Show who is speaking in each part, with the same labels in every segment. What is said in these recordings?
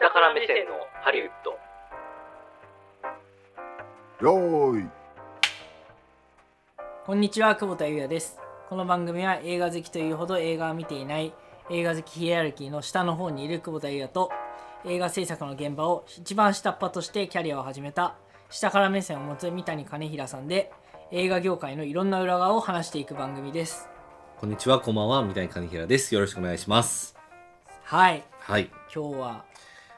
Speaker 1: 下から目線のハリウッド
Speaker 2: よーい
Speaker 3: こんにちは久保田裕也ですこの番組は映画好きというほど映画を見ていない映画好きヒエラルキーの下の方にいる久保田裕也と映画制作の現場を一番下っ端としてキャリアを始めた下から目線を持つ三谷兼平さんで映画業界のいろんな裏側を話していく番組です
Speaker 4: こんにちは、こんばんは、三谷兼平です。よろしくお願いします。
Speaker 3: はい
Speaker 4: はい。
Speaker 3: 今日は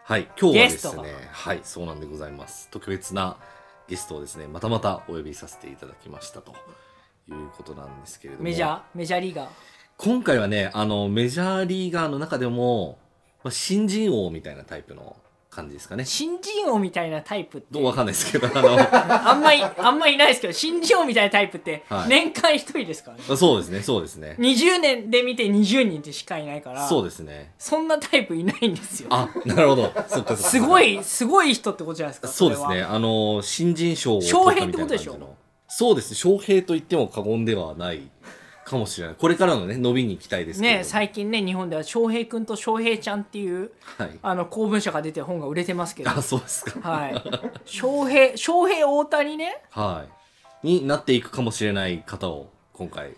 Speaker 4: はい。今日はで
Speaker 3: ゲス
Speaker 4: す
Speaker 3: トが
Speaker 4: ね、はい、そうなんでございます。特別なゲストをですね、またまたお呼びさせていただきましたということなんですけれども。
Speaker 3: メジャーメジャーリーガー
Speaker 4: 今回はね、あの、メジャーリーガーの中でも、まあ、新人王みたいなタイプの感じですかね。
Speaker 3: 新人王みたいなタイプって
Speaker 4: どうわかんないですけど、あの、
Speaker 3: あんまりあんまいないですけど新人王みたいなタイプって
Speaker 4: はい
Speaker 3: 年間一人ですからね、
Speaker 4: そうですね、そうですね。
Speaker 3: 20年で見て20人ってしかいないから
Speaker 4: そうですね。
Speaker 3: そんなタイプいないんですよ。
Speaker 4: あ、なるほど。そっかそっか
Speaker 3: すご。い、すごい人ってことじゃないですか。
Speaker 4: そうです
Speaker 3: れ
Speaker 4: ね。
Speaker 3: は。
Speaker 4: あの、新人賞を
Speaker 3: 翔
Speaker 4: 取
Speaker 3: 平
Speaker 4: った
Speaker 3: っ
Speaker 4: み
Speaker 3: てこ
Speaker 4: た
Speaker 3: とでし
Speaker 4: いな感じ
Speaker 3: ょ
Speaker 4: の。そうですね。翔平と言っても過言ではないかもしれない。これからのね、伸びに期待ですけど。
Speaker 3: ね、最近ね、日本では翔平くんと翔平ちゃんっていう、
Speaker 4: はい。
Speaker 3: あの、公文社が出てる本が売れてますけど。
Speaker 4: あ、そうですか。
Speaker 3: はい。翔平、翔平大谷ね。
Speaker 4: はい。になっていくかもしれない方を、今回、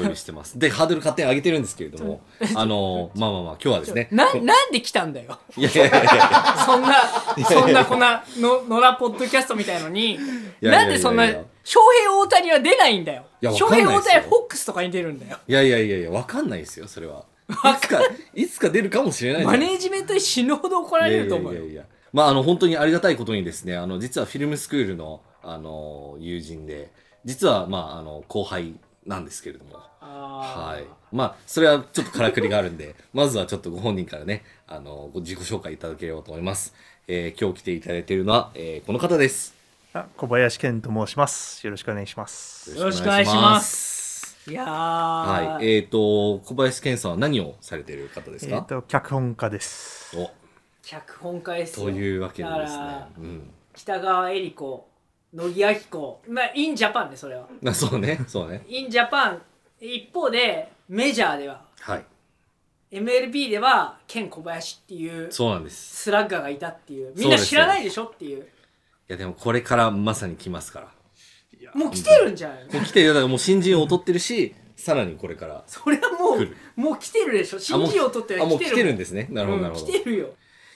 Speaker 4: お呼びしてます。で、ハードル勝手に上げてるんですけれども、あの、まあまあまあ、今日はですね。
Speaker 3: な、
Speaker 4: こ
Speaker 3: なんで来たんだよ。
Speaker 4: いやいやいやいや
Speaker 3: そんな、そんなこんな、の、野良ポッドキャストみたいのに、
Speaker 4: やいや
Speaker 3: なんでそんない
Speaker 4: やいや、
Speaker 3: 翔平大谷は出ないんだよ。
Speaker 4: いやわ
Speaker 3: 翔
Speaker 4: かんないです
Speaker 3: 平
Speaker 4: よ
Speaker 3: 大谷はフォックスとかに出るんだよ。
Speaker 4: いやいやいやいや、わかんないですよ、それは。いつか、いつか出るかもしれないじゃ
Speaker 3: マ
Speaker 4: ない
Speaker 3: ネージメントに死ぬほど怒られると思う
Speaker 4: いやい
Speaker 3: よ
Speaker 4: や。いやいやまああの本当にありがたいことにですねあの実はフィルムスクールのあの友人で実はまああの後輩なんですけれども
Speaker 3: あ
Speaker 4: はいまあそれはちょっとからくりがあるんで まずはちょっとご本人からねあのご自己紹介いただければと思います、えー今日来ていただいているのは、えーこの方です
Speaker 5: あ小林健と申します。よろしくお願いします。
Speaker 3: よろしくお願いしますーいやー
Speaker 4: はいえっ、と小林健さんは何をされている方で
Speaker 5: え
Speaker 4: す
Speaker 5: っ、
Speaker 4: か、
Speaker 5: と脚本家です。
Speaker 4: お
Speaker 3: 脚本家ですよ
Speaker 4: というわけでです
Speaker 3: だか
Speaker 4: ね
Speaker 3: ら、
Speaker 4: うん
Speaker 3: 北川恵理子乃木亜紀子まあインジャパンねそれは
Speaker 4: あ、そうねそうね
Speaker 3: インジャパン一方でメジャーでは
Speaker 4: はい
Speaker 3: MLB ではケン小林っていう
Speaker 4: そうなんです
Speaker 3: スラッガーがいたっていうみ
Speaker 4: そ
Speaker 3: ん
Speaker 4: う
Speaker 3: な
Speaker 4: ですよ
Speaker 3: 知らないでしょっていう
Speaker 4: いやでもこれからまさに来ますから。
Speaker 3: もう来てるんじゃないの
Speaker 4: もう来てるよ、だからもう新人を取ってるし、さらにこれから。
Speaker 3: それはも
Speaker 4: 来
Speaker 3: う
Speaker 4: る
Speaker 3: もう来てるでしょ
Speaker 4: あ
Speaker 3: 新
Speaker 4: もう
Speaker 3: 人を取って
Speaker 4: あ、もう来てるん
Speaker 3: で
Speaker 4: ですね。なるほど、なるほど。
Speaker 3: 来
Speaker 4: い
Speaker 3: てるよ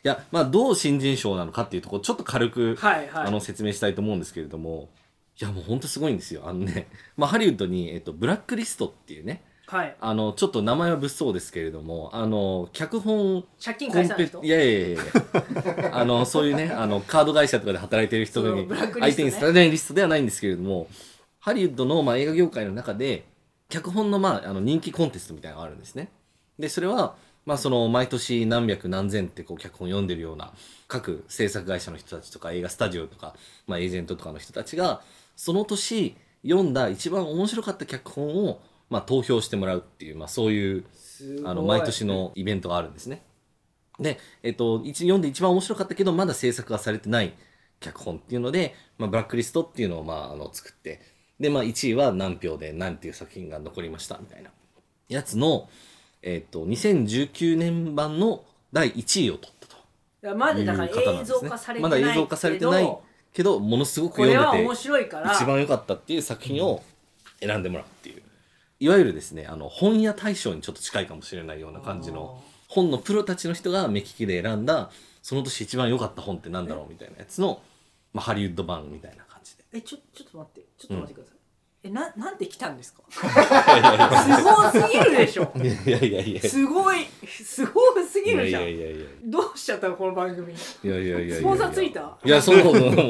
Speaker 4: や、まあどう新人賞なのかっていうところ、ちょっと軽く、
Speaker 3: はいはい
Speaker 4: あの説明したいと思うんですけれども、いやもうほんとすごいんですよ。あのね、 まあハリウッドに、えっと、ブラックリストっていうね、
Speaker 3: はい
Speaker 4: あの、ちょっと名前は物騒ですけれども、あの、脚本、
Speaker 3: 借金
Speaker 4: コ
Speaker 3: 返
Speaker 4: ン
Speaker 3: さない
Speaker 4: ペ
Speaker 3: 人
Speaker 4: いやいやいやいやあのそういうねあのカード会社とかで働いてる人
Speaker 3: その
Speaker 4: に
Speaker 3: ブラックリストね
Speaker 4: 相手にされないリストではないんですけれどもハリウッドのまあ映画業界の中で脚本の,、まああの人気コンテストみたいなのがあるんですね。でそれは、まあ、その毎年何百何千ってこう脚本読んでるような各制作会社の人たちとか映画スタジオとか、まあ、エージェントとかの人たちがその年読んだ一番面白かった脚本を、まあ、投票してもらうっていう、まあ、そういう
Speaker 3: すごい
Speaker 4: あの毎年のイベントがあるんですね。で、えっと、一読んで一番面白かったけどまだ制作がされてない脚本っていうので、まあ、ブラックリストっていうのを、まあ、あの作ってで、まあ、1位は何票で何ていう作品が残りましたみたいなやつの、えっと、2019年版の第1位を取ったと
Speaker 3: いやまだ
Speaker 4: いう
Speaker 3: だから
Speaker 4: 方なん
Speaker 3: 映
Speaker 4: です
Speaker 3: 像
Speaker 4: ね
Speaker 3: 化されて
Speaker 4: ま
Speaker 3: な
Speaker 4: だ
Speaker 3: い
Speaker 4: 映像化され
Speaker 3: け
Speaker 4: てない
Speaker 3: ど
Speaker 4: けどものすごく
Speaker 3: これ
Speaker 4: 読
Speaker 3: は
Speaker 4: んでて
Speaker 3: 面白いから
Speaker 4: 一番良かったっていう作品を選んでもらうっていういわゆるですねあの本屋大賞にちょっと近いかもしれないような感じの本のプロたちの人が目利きで選んだその年一番良かった本ってなんだろうみたいなやつの、まあ、ハリウッド版みたいな感じで
Speaker 3: えちょちょっと待ってちょっと待ってください、えななんで来たんです かすごすぎるでしょ
Speaker 4: いやいやいやい
Speaker 3: すごいすごすぎ
Speaker 4: や
Speaker 3: る
Speaker 4: い
Speaker 3: じゃん
Speaker 4: やいやいや
Speaker 3: どうしちゃったのこの番組
Speaker 4: いやいやいやいや
Speaker 3: スポンサーついた
Speaker 4: いやそうそうそうもうもうも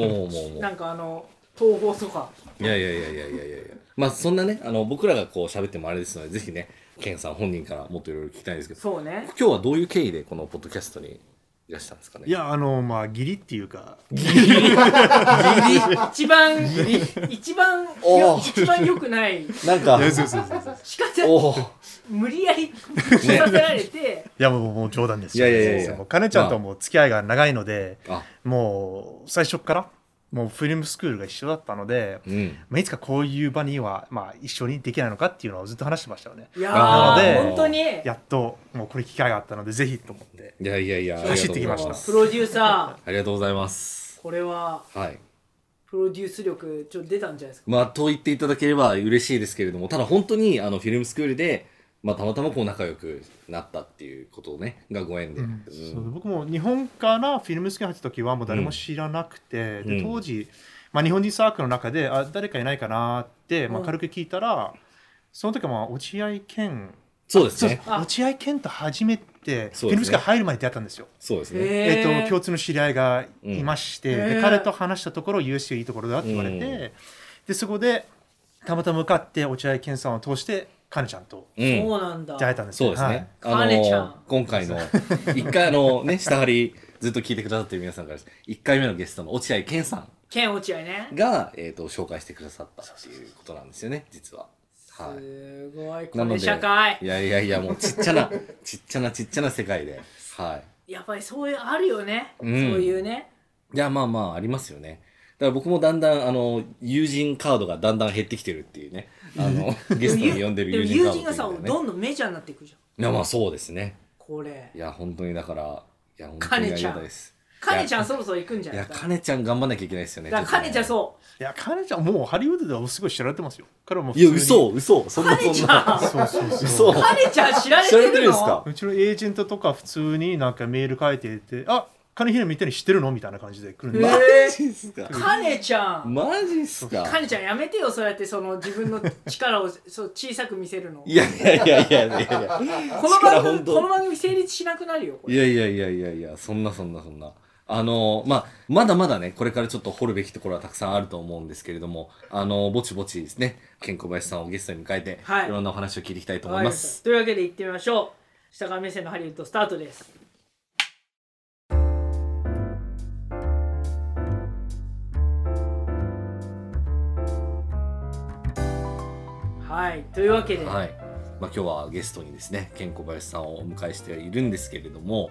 Speaker 4: う
Speaker 3: なんかあの東宝とか
Speaker 4: いやいやいやいやいやいやいやまあそんなねあの僕らがこう喋ってもあれですのでぜひねケンさん本人からもっといろいろ聞きたいんですけど
Speaker 3: そうね
Speaker 4: 今日はどういう経緯でこのポッドキャストにいらしたんですかね
Speaker 5: いやあのまあ義理っていうか、
Speaker 3: 一番一番よ
Speaker 4: お
Speaker 3: 一番良くない
Speaker 4: なんか
Speaker 5: いやそうそうそうそう
Speaker 3: 仕方
Speaker 4: おお
Speaker 3: 無理やりさせられて、
Speaker 5: いやもうもう冗談です
Speaker 4: いやいやいやいや
Speaker 5: そうそうもう金ちゃんとはもう付き合いが長いので、
Speaker 4: あ
Speaker 5: もう最初からもうフィルムスクールが一緒だったので、
Speaker 4: うん、
Speaker 5: まあ、いつかこういう場には、まあ、一緒にできないのかっていうのをずっと話してましたよね。
Speaker 3: いや
Speaker 4: な
Speaker 5: ので
Speaker 3: ー本当に
Speaker 5: やっともうこれ機会があったのでぜひと思って
Speaker 4: いやいやいや
Speaker 5: 走ってきました
Speaker 4: ありがとうござい
Speaker 3: プロデューサ
Speaker 4: ありがとうございます
Speaker 3: ーこれは
Speaker 4: はい
Speaker 3: プロデュース力ちょっと出たんじゃないですか
Speaker 4: まあと言っていただければ嬉しいですけれどもただ本当にあのフィルムスクールで、まあ、たまたまこう仲良くなったっていうことをねがご縁で、うん
Speaker 5: そう僕も日本からフィルムスクールに入った時はもう誰も知らなくて、
Speaker 4: うんう
Speaker 5: で
Speaker 4: ん
Speaker 5: 当時、まあ、日本人サークルの中であ誰かいないかなって、まあ、
Speaker 3: うん
Speaker 5: 軽く聞いたら、その時はまあ落合健
Speaker 4: そうです
Speaker 5: そう
Speaker 4: ね
Speaker 3: あ
Speaker 5: 落合健と初めてフ
Speaker 4: そうですね
Speaker 5: ィルムスクール入る前に出会ったんですよ。
Speaker 4: そうですね
Speaker 5: え
Speaker 3: え
Speaker 5: っと共通の知り合いがいまして、
Speaker 3: うんへー
Speaker 5: で彼と話したところ USC いいところだって言われ
Speaker 4: うん
Speaker 5: て、でそこでたまたま向かって落合健さんを通してカネちゃんと
Speaker 4: うん
Speaker 3: そうなんだ
Speaker 5: 出会えたんです
Speaker 4: そう
Speaker 5: よ
Speaker 4: ですね。
Speaker 3: はいカーネちゃ
Speaker 4: あ
Speaker 3: ん
Speaker 4: の今回の一回あのね下張りずっと聞いてくださってる皆さんから一回目のゲストの落合健さ
Speaker 3: 剣落合ね
Speaker 4: んがえっ、と紹介してくださったっていうことなんですよね実は。はい。
Speaker 3: すごいこ
Speaker 4: なの
Speaker 3: れ
Speaker 4: で
Speaker 3: 社会
Speaker 4: いやいやいやもうちっちゃなちっちゃなちっちゃな世界で。はい。
Speaker 3: やっぱりそういうあるよね、
Speaker 4: うん
Speaker 3: そういうね
Speaker 4: いやまあまあありますよね。だから僕もだんだんあの友人カードがだんだん減ってきてるっていうねあ のゲストに呼んでる
Speaker 3: でも
Speaker 4: 友人カ
Speaker 3: 友人が
Speaker 4: ードって
Speaker 3: さ
Speaker 4: いうのが
Speaker 3: ど
Speaker 4: ね。
Speaker 3: んどんメジャーになっていくじゃん
Speaker 4: いやまあそうですね。
Speaker 3: これ
Speaker 4: いや本当にだからいや本当にありがたいです。
Speaker 3: カネちゃんそろそろ行くんじゃ
Speaker 4: い
Speaker 3: な
Speaker 4: や、
Speaker 3: い
Speaker 4: カネちゃん頑張んなきゃいけないですよね。
Speaker 3: だからカネちゃん
Speaker 4: う。
Speaker 3: そ
Speaker 5: いやカネちゃんもうハリウッドではすごい知られてますよ彼はもう普
Speaker 4: い
Speaker 5: 通
Speaker 4: や、
Speaker 5: に
Speaker 4: 嘘、嘘、そんな、
Speaker 3: カネち
Speaker 4: そん
Speaker 3: ゃん
Speaker 4: な。
Speaker 5: そうそうそう
Speaker 4: 嘘。
Speaker 3: うカネちゃん知られ
Speaker 4: 知
Speaker 3: てる
Speaker 4: られ
Speaker 3: の
Speaker 4: てるんですか
Speaker 5: うちのエージェントとか普通になんかメール書いてて「あ金平みたいに知ってるの?」みたいな感じで来るんで、
Speaker 3: えー
Speaker 4: マジっすか
Speaker 3: カネちゃん
Speaker 4: マジっすか
Speaker 3: カネちゃんやめてよそうやってその自分の力を そう小さく見せるの
Speaker 4: いやいやいやいやいやいや。
Speaker 3: この番
Speaker 4: 力
Speaker 3: 組
Speaker 4: 本当
Speaker 3: この番組成立しなくなるよこ
Speaker 4: い
Speaker 3: れ
Speaker 4: やいやいやいやいや、そんなそんなそんな。あのまあ、まだまだね、これからちょっと掘るべきところはたくさんあると思うんですけれども、あのぼちぼちですね、健康林さんをゲストに迎えて、
Speaker 3: はい
Speaker 4: いろんなお話を聞いていきたいと思
Speaker 3: わか
Speaker 4: い
Speaker 3: り
Speaker 4: ま
Speaker 3: まし
Speaker 4: す
Speaker 3: た。というわけで行ってみましょう下から目線のハリウッドスタートですはいというわけで、
Speaker 4: はい。まあ、今日はゲストにですね、健康林さんをお迎えしているんですけれども、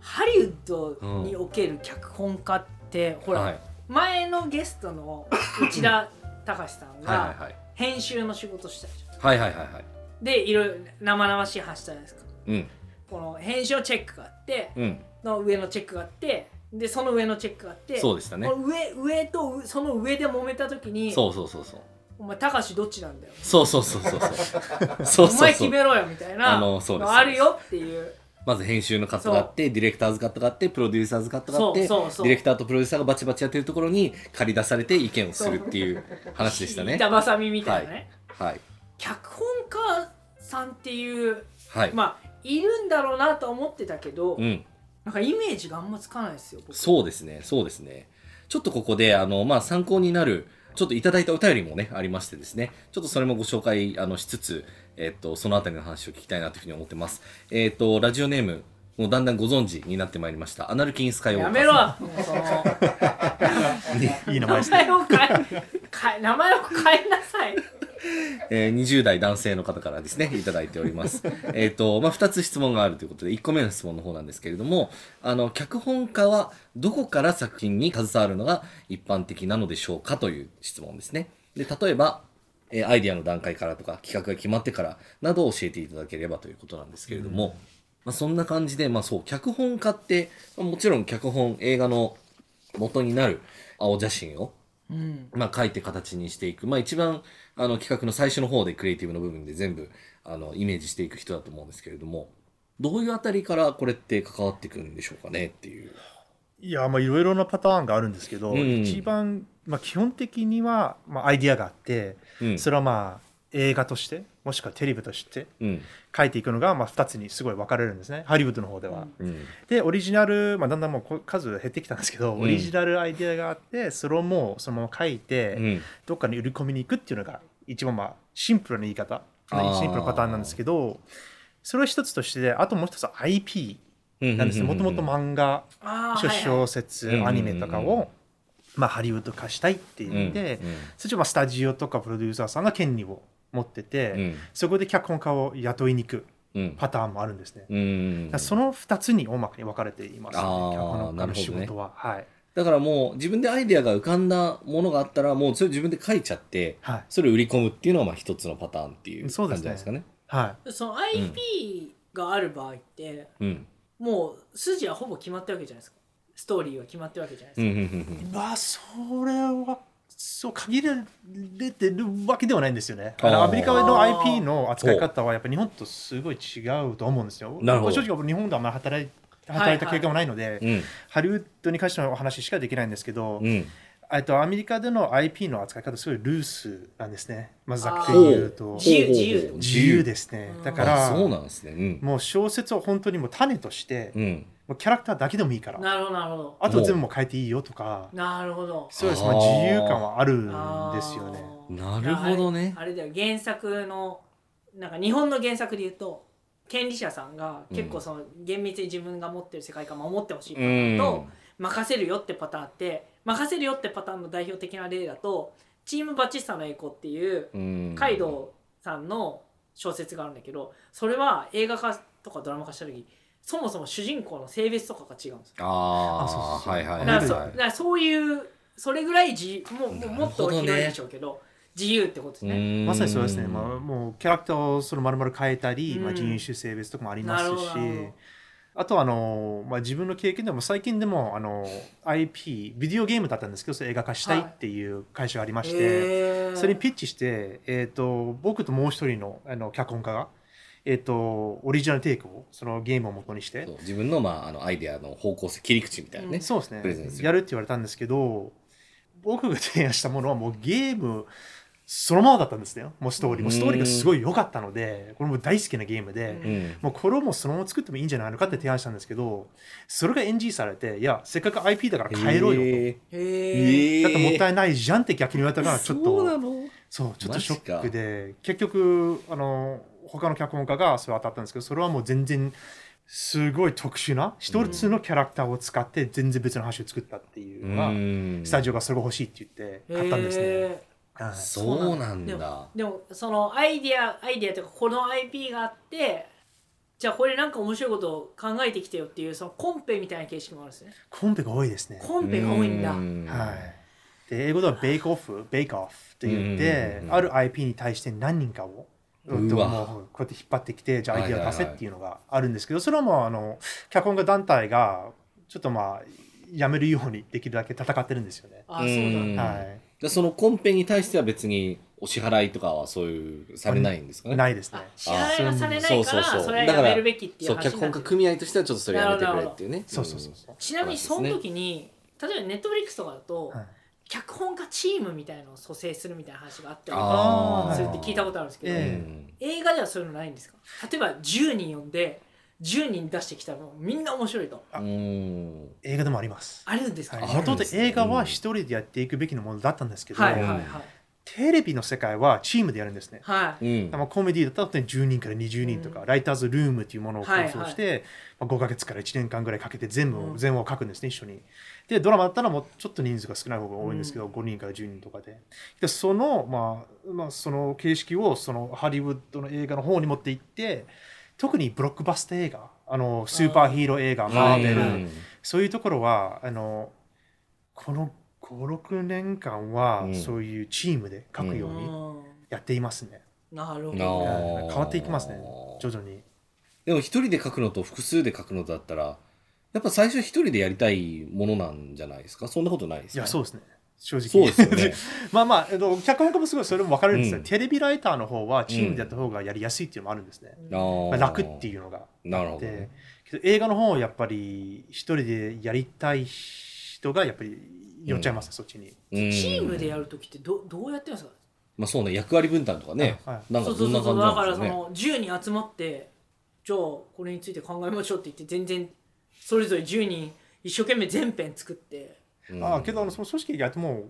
Speaker 3: ハリウッドにおける脚本家って、ほら、
Speaker 4: はい、
Speaker 3: 前のゲストの内田隆さん
Speaker 4: はいはい
Speaker 3: が
Speaker 4: はい。
Speaker 3: 編集の仕事したじゃん
Speaker 4: はいはいはいはい。
Speaker 3: でいろいろ生々しい話したじゃないですか
Speaker 4: うん。
Speaker 3: この編集のチェックがあって
Speaker 4: うん。
Speaker 3: の上のチェックがあってでその上のチェックがあって
Speaker 4: そうでしたね
Speaker 3: こ。の上上とうその上で揉めた時に
Speaker 4: そうそうそうそう。
Speaker 3: お前たかしどっちなんだよ
Speaker 4: そうそうそ うそうそう。そう
Speaker 3: お
Speaker 4: そう
Speaker 3: 前
Speaker 4: そ
Speaker 3: 決
Speaker 4: う。
Speaker 3: めろよみたいな
Speaker 4: あのそうです
Speaker 3: のあるよっていう
Speaker 4: まず編集の方があって、ディレクターズ方があって、プロデューサーズ方があって、デ
Speaker 3: そうそうそう
Speaker 4: ィレクターとプロデューサーがバチバチやってるところに借り出されて意見をするっていう話でした ね。
Speaker 3: 板挟みみたいなね、
Speaker 4: はい。
Speaker 3: 脚本家さんっていう
Speaker 4: はい。
Speaker 3: まあいるんだろうなと思ってたけど、
Speaker 4: うん。
Speaker 3: なんかイメージがあんまつかないですよ僕
Speaker 4: そうですね。そうですね。ちょっとここで、あの、まあ、参考になる、ちょっといただいたお便りもね、ありましてですね、ちょっとそれもご紹介あのしつつ、えっと、そのあたりの話を聞きたいなというふうに思ってます。えっと、ラジオネーム、もうだんだんご存知になってまいりました。アナルキンスカイウォー
Speaker 3: や
Speaker 4: カ
Speaker 3: め
Speaker 4: ーさん
Speaker 3: ろもうその
Speaker 5: いい名前
Speaker 3: 名
Speaker 5: ですね
Speaker 3: 前を変え変え 名前を変えなさい
Speaker 4: えー20代男性の方からですね、いただいております。 えっと、まあ、2つ質問があるということで、1個目の質問の方なんですけれども、あの、脚本家はどこから作品に携わるのが一般的なのでしょうかという質問ですね。で、例えば、えーアイディアの段階からとか、企画が決まってからなどを教えていただければということなんですけれども、まあ、そんな感じで、まあそう、脚本家って、まあもちろん脚本、映画の元になる青写真を
Speaker 3: うん
Speaker 4: まあ、書いて形にしていく、まあ、一番あの企画の最初の方でクリエイティブの部分で全部あのイメージしていく人だと思うんですけれどもどういうあたりからこれって関わってくるんでしょうかねっていう。
Speaker 5: いやまあいろいろなパターンがあるんですけど、
Speaker 4: うん
Speaker 5: 一番、まあ、基本的には、まあ、アイディアがあって
Speaker 4: うん
Speaker 5: それはまあ映画としてもしくはテレビとして
Speaker 4: うん
Speaker 5: 書いていくのが、まあ、2つにすごい分かれるんですねハリウッドの方では。
Speaker 3: うん
Speaker 4: うん
Speaker 5: でオリジナル、まあ、だんだんもうこ数減ってきたんですけど、
Speaker 4: うん
Speaker 5: オリジナルアイデアがあってそれをもうそのまま書いて、
Speaker 4: うん
Speaker 5: どっかに売り込みに行くっていうのが一番まあシンプルな言い方
Speaker 4: あー
Speaker 5: シンプルなパターンなんですけどそれは一つとしてであともう一つは IP
Speaker 4: うん
Speaker 5: なんですねもともと漫画
Speaker 3: ああ、
Speaker 5: 小
Speaker 3: はいはい
Speaker 5: 小説、
Speaker 4: うん
Speaker 5: アニメとか
Speaker 4: うん
Speaker 5: を、まあ、ハリウッド化したいっていう意味で、
Speaker 4: うん
Speaker 5: そっちはまあスタジオとかプロデューサーさんが権利を持ってて、
Speaker 4: うん
Speaker 5: そこで脚本家を雇いに行く
Speaker 4: うん
Speaker 5: パターンもあるんですね。
Speaker 4: うん
Speaker 5: だからその2つに大まかに分かれていますね、
Speaker 4: あー
Speaker 5: 脚本家
Speaker 4: なる
Speaker 5: の
Speaker 4: ほどね
Speaker 5: 仕事は。はい、
Speaker 4: だからもう自分でアイデアが浮かんだものがあったらもうそれ自分で書いちゃって
Speaker 5: はい
Speaker 4: それを売り込むっていうのはまあ一つのパターンっていう
Speaker 5: そう
Speaker 4: 感
Speaker 5: で
Speaker 4: じ
Speaker 5: す
Speaker 4: じゃな
Speaker 5: ね
Speaker 4: いですかね。
Speaker 5: は
Speaker 3: その IP がある場合って、
Speaker 4: うん
Speaker 3: もう筋はほぼ決まってるわけじゃないですかストーリーは決まってるわけじゃないですか、
Speaker 4: うんうんうん
Speaker 5: い、まあそれはそう限られてるわけではないんですよねあの
Speaker 4: あー
Speaker 5: アメリカの IP の扱い方はやっぱ日本とすごい違うと思うんですよ
Speaker 4: なるほど
Speaker 5: 正直僕日本であんまり働い働いた経験もないので、
Speaker 4: うんうん
Speaker 5: ハリウッドに関してのお話しかできないんですけど、
Speaker 4: うん
Speaker 5: えっとアメリカでの IP の扱い方すごいルースなんですねまずざっくり言うと
Speaker 3: 自由自由
Speaker 4: ほうほうほう
Speaker 5: 自由ですね
Speaker 3: うん
Speaker 5: だか
Speaker 4: あ
Speaker 5: ら
Speaker 4: そうなんですね。うん
Speaker 5: もう小説を本当にもう種として、
Speaker 4: うん
Speaker 5: もうキャラクターだけでもいいから
Speaker 3: なるほどなるほど
Speaker 5: あと全部もう変えていいよとか
Speaker 3: なるほど
Speaker 5: そうです
Speaker 4: あ
Speaker 5: まあ
Speaker 4: ー
Speaker 5: 自由感はあるんですよね
Speaker 3: あー
Speaker 4: なるほどね
Speaker 3: あれあれだよ原作のなんか日本の原作で言うと権利者さんが結構その厳密に自分が持ってる世界観守ってほしいパ
Speaker 4: う
Speaker 3: ターン
Speaker 4: ん
Speaker 3: と、任せるよってパターンって任せるよってパターンの代表的な例だとチームバチスタの栄光っていう
Speaker 4: うん
Speaker 3: カイドウさんの小説があるんだけどそれは映画化とかドラマ化した時そもそも主人公の性別とかが違うんですよ
Speaker 4: あ
Speaker 5: あそう
Speaker 4: あ
Speaker 5: そう
Speaker 4: はいは
Speaker 3: だ
Speaker 4: い
Speaker 3: か
Speaker 4: は
Speaker 3: ら
Speaker 4: い
Speaker 3: そ
Speaker 4: は
Speaker 3: だからそういうそれぐらい自もうもうもっと広い
Speaker 4: なるほどね
Speaker 3: でしょうけど自由ってことです
Speaker 4: い。
Speaker 3: ね。
Speaker 5: まさにそうですね、まあ、
Speaker 4: あ
Speaker 5: もうキャラクターをその丸々変えたり、
Speaker 3: うん
Speaker 5: まあ、人種性別とかもありますし
Speaker 3: なるほどなるほど
Speaker 5: あとはあの、まあ、自分の経験でも最近でもあの IP ビデオゲームだったんですけどそれ映画化したいっていう会社がありまして、
Speaker 3: へー
Speaker 5: それにピッチして、えー、と僕ともう一人のあの脚本家が、えー、とオリジナルテイクをそのゲームを元にして
Speaker 4: 自分のまああのアイデアの方向性切り口みたいなね。
Speaker 5: そう
Speaker 4: プレゼン
Speaker 5: です
Speaker 4: る
Speaker 5: すねやるって言われたんですけど僕が提案したものはもうゲームそのままだったんですねもうストーリーも
Speaker 4: うん
Speaker 5: ストーリーがすごい良かったのでこれも大好きなゲームで、
Speaker 3: う
Speaker 4: うん
Speaker 5: もうこれをもうそのまま作ってもいいんじゃないのかって提案したんですけどそれが NG されていやせっかく IP だから変えろよと、
Speaker 4: へ
Speaker 3: へー
Speaker 4: ー
Speaker 5: だってもった
Speaker 4: い
Speaker 5: いないじゃんって逆に言われたからちょっと。
Speaker 4: の
Speaker 5: そうちょっとショッ
Speaker 4: マジ
Speaker 5: クで結局あの他の脚本家がそれ当たったんですけどそれはもう全然すごい特殊な一つのキャラクターを使って全然別の話を作ったっていうのが、スタジオがそれが欲しいって言って買ったんですね、
Speaker 3: へ
Speaker 5: はい
Speaker 4: そうなん
Speaker 3: で
Speaker 4: だ。
Speaker 3: ーでもそのアイディアアイディアというかこの IP があってじゃあこれなんか面白いことを考えてきてよっていうそのコンペみたいな形式もあるんですね
Speaker 5: コンペが多いですね
Speaker 3: コンペが多いんだ
Speaker 4: は
Speaker 5: はいで英語ではベイクオフベイクオフって言って
Speaker 4: うん
Speaker 5: ある IP に対して何人かをうん
Speaker 4: う
Speaker 5: と
Speaker 4: わ
Speaker 5: もうこうやって引っ張ってきてじゃあ
Speaker 4: はい
Speaker 5: ア
Speaker 4: は
Speaker 5: イ
Speaker 4: い
Speaker 5: デ
Speaker 4: はい
Speaker 5: ア出せっていうのがあるんですけどそれはもうあの脚本家団体がちょっとまあやめるようにできるだけ戦ってるんですよね。
Speaker 3: ああそうだ
Speaker 4: うん
Speaker 5: は
Speaker 4: でそのコンペに対しては別にお支払いとかはそういうされないんですか
Speaker 5: い、
Speaker 4: ね。
Speaker 5: ないですね
Speaker 3: あ。支払いがされないから
Speaker 4: そうそうそう
Speaker 3: それはやめるべきってい
Speaker 4: そうう脚
Speaker 3: 話なん
Speaker 4: 本家
Speaker 3: です
Speaker 4: 組合としてはちょっとそれやめてくれっていうね。
Speaker 5: そうそうそうそう。
Speaker 3: ちなみにその時に例えばネットフリックスとかだと、
Speaker 5: はい
Speaker 3: 脚本家チームみたいのを蘇生するみたいな話があったり
Speaker 4: ああ。
Speaker 3: するって聞いたことあるんですけど、
Speaker 5: ええ
Speaker 3: 映画ではそういうのないんですか例えば10人呼んで10人出してきたらもうみんな面白いと
Speaker 5: あ
Speaker 4: うん。
Speaker 5: 映画でもあります。
Speaker 3: あるんですか、
Speaker 5: も
Speaker 4: あ
Speaker 5: と
Speaker 4: るん
Speaker 5: もと
Speaker 4: ですね
Speaker 5: 映画は一人でやっていくべきのものだったんですけど、
Speaker 3: はいはいはい
Speaker 5: テレビの世界はチームでやるんですね。
Speaker 3: はい
Speaker 4: うん
Speaker 5: まあ、コメディだったら本当に10人から20人とか、ライターズルームというものを構想して、まあ、5ヶ月から1年間ぐらいかけて全部を、
Speaker 3: うん
Speaker 5: 全話を書くんですね一緒に。でドラマだったらもうちょっと人数が少ない方が多いんですけど、5人から10人とかででその,、まあまあ、その形式をそのハリウッドの映画の方に持っていって特にブロックバスター映画あのスーパーヒーロー映画マーベル、
Speaker 3: はいはい
Speaker 5: そういうところはあのこの56年間は、
Speaker 4: うん
Speaker 5: そういうチームで書くようにやっていますね。
Speaker 3: なるほ
Speaker 4: あ
Speaker 3: ど
Speaker 4: ー
Speaker 5: はい変わっていきますね徐々に
Speaker 4: でも一人で書くのと複数で書くのだったら、やっぱ最初一人でやりたいものなんじゃないですかそんなことないです
Speaker 5: い
Speaker 4: か
Speaker 5: やそうですね正直。
Speaker 4: そうですよね
Speaker 5: まあまあ、えっと、脚本家もすごいそれも分かれるんですよ、
Speaker 4: うん
Speaker 5: テレビライターの方はチームでやった方がやりやすいっていうのもあるんですね、
Speaker 4: あー
Speaker 5: まあ、楽っていうのが
Speaker 4: なるほど
Speaker 5: で
Speaker 4: ね。
Speaker 5: けど映画の方はやっぱり一人でやりたい人がやっぱり寄っちゃいますね、そっちに
Speaker 4: チ
Speaker 3: チームでやる時ってどどうやってるんですか
Speaker 4: まあそうね、役割分担とかね。
Speaker 5: あは
Speaker 4: なん
Speaker 3: そ
Speaker 4: か
Speaker 3: うそ
Speaker 4: ど
Speaker 3: うん
Speaker 4: な
Speaker 3: そうそう
Speaker 4: 感じ
Speaker 3: だ
Speaker 4: な
Speaker 3: か
Speaker 4: んで
Speaker 3: ら
Speaker 4: す
Speaker 3: そ
Speaker 4: かね。
Speaker 3: の10人集まってじゃあこれについて考えましょうって言って全然それぞれ10人一生懸命全編作って
Speaker 4: うん
Speaker 5: あけどあのその組織やっても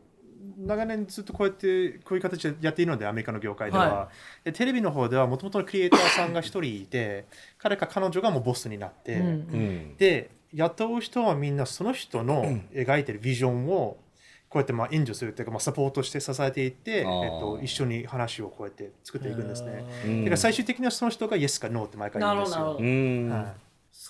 Speaker 5: 長年ずっとこうやってこういう形でやっているのでアメリカの業界では、
Speaker 3: は
Speaker 5: でテレビの方ではもともとのクリエイターさんが一人いて彼か彼女がもうボスになって、
Speaker 4: うん
Speaker 5: で雇う人はみんなその人の描いてるビジョンをこうやってまあ援助するというか、まあ、サポートして支えていって、えっ
Speaker 4: あー
Speaker 5: と、一緒に話をこうやって作っていくんですね。
Speaker 4: うん
Speaker 5: だから最終的にはその人がイエスかノーって毎回言
Speaker 3: な
Speaker 5: う
Speaker 3: る
Speaker 5: んで
Speaker 3: ほど
Speaker 5: す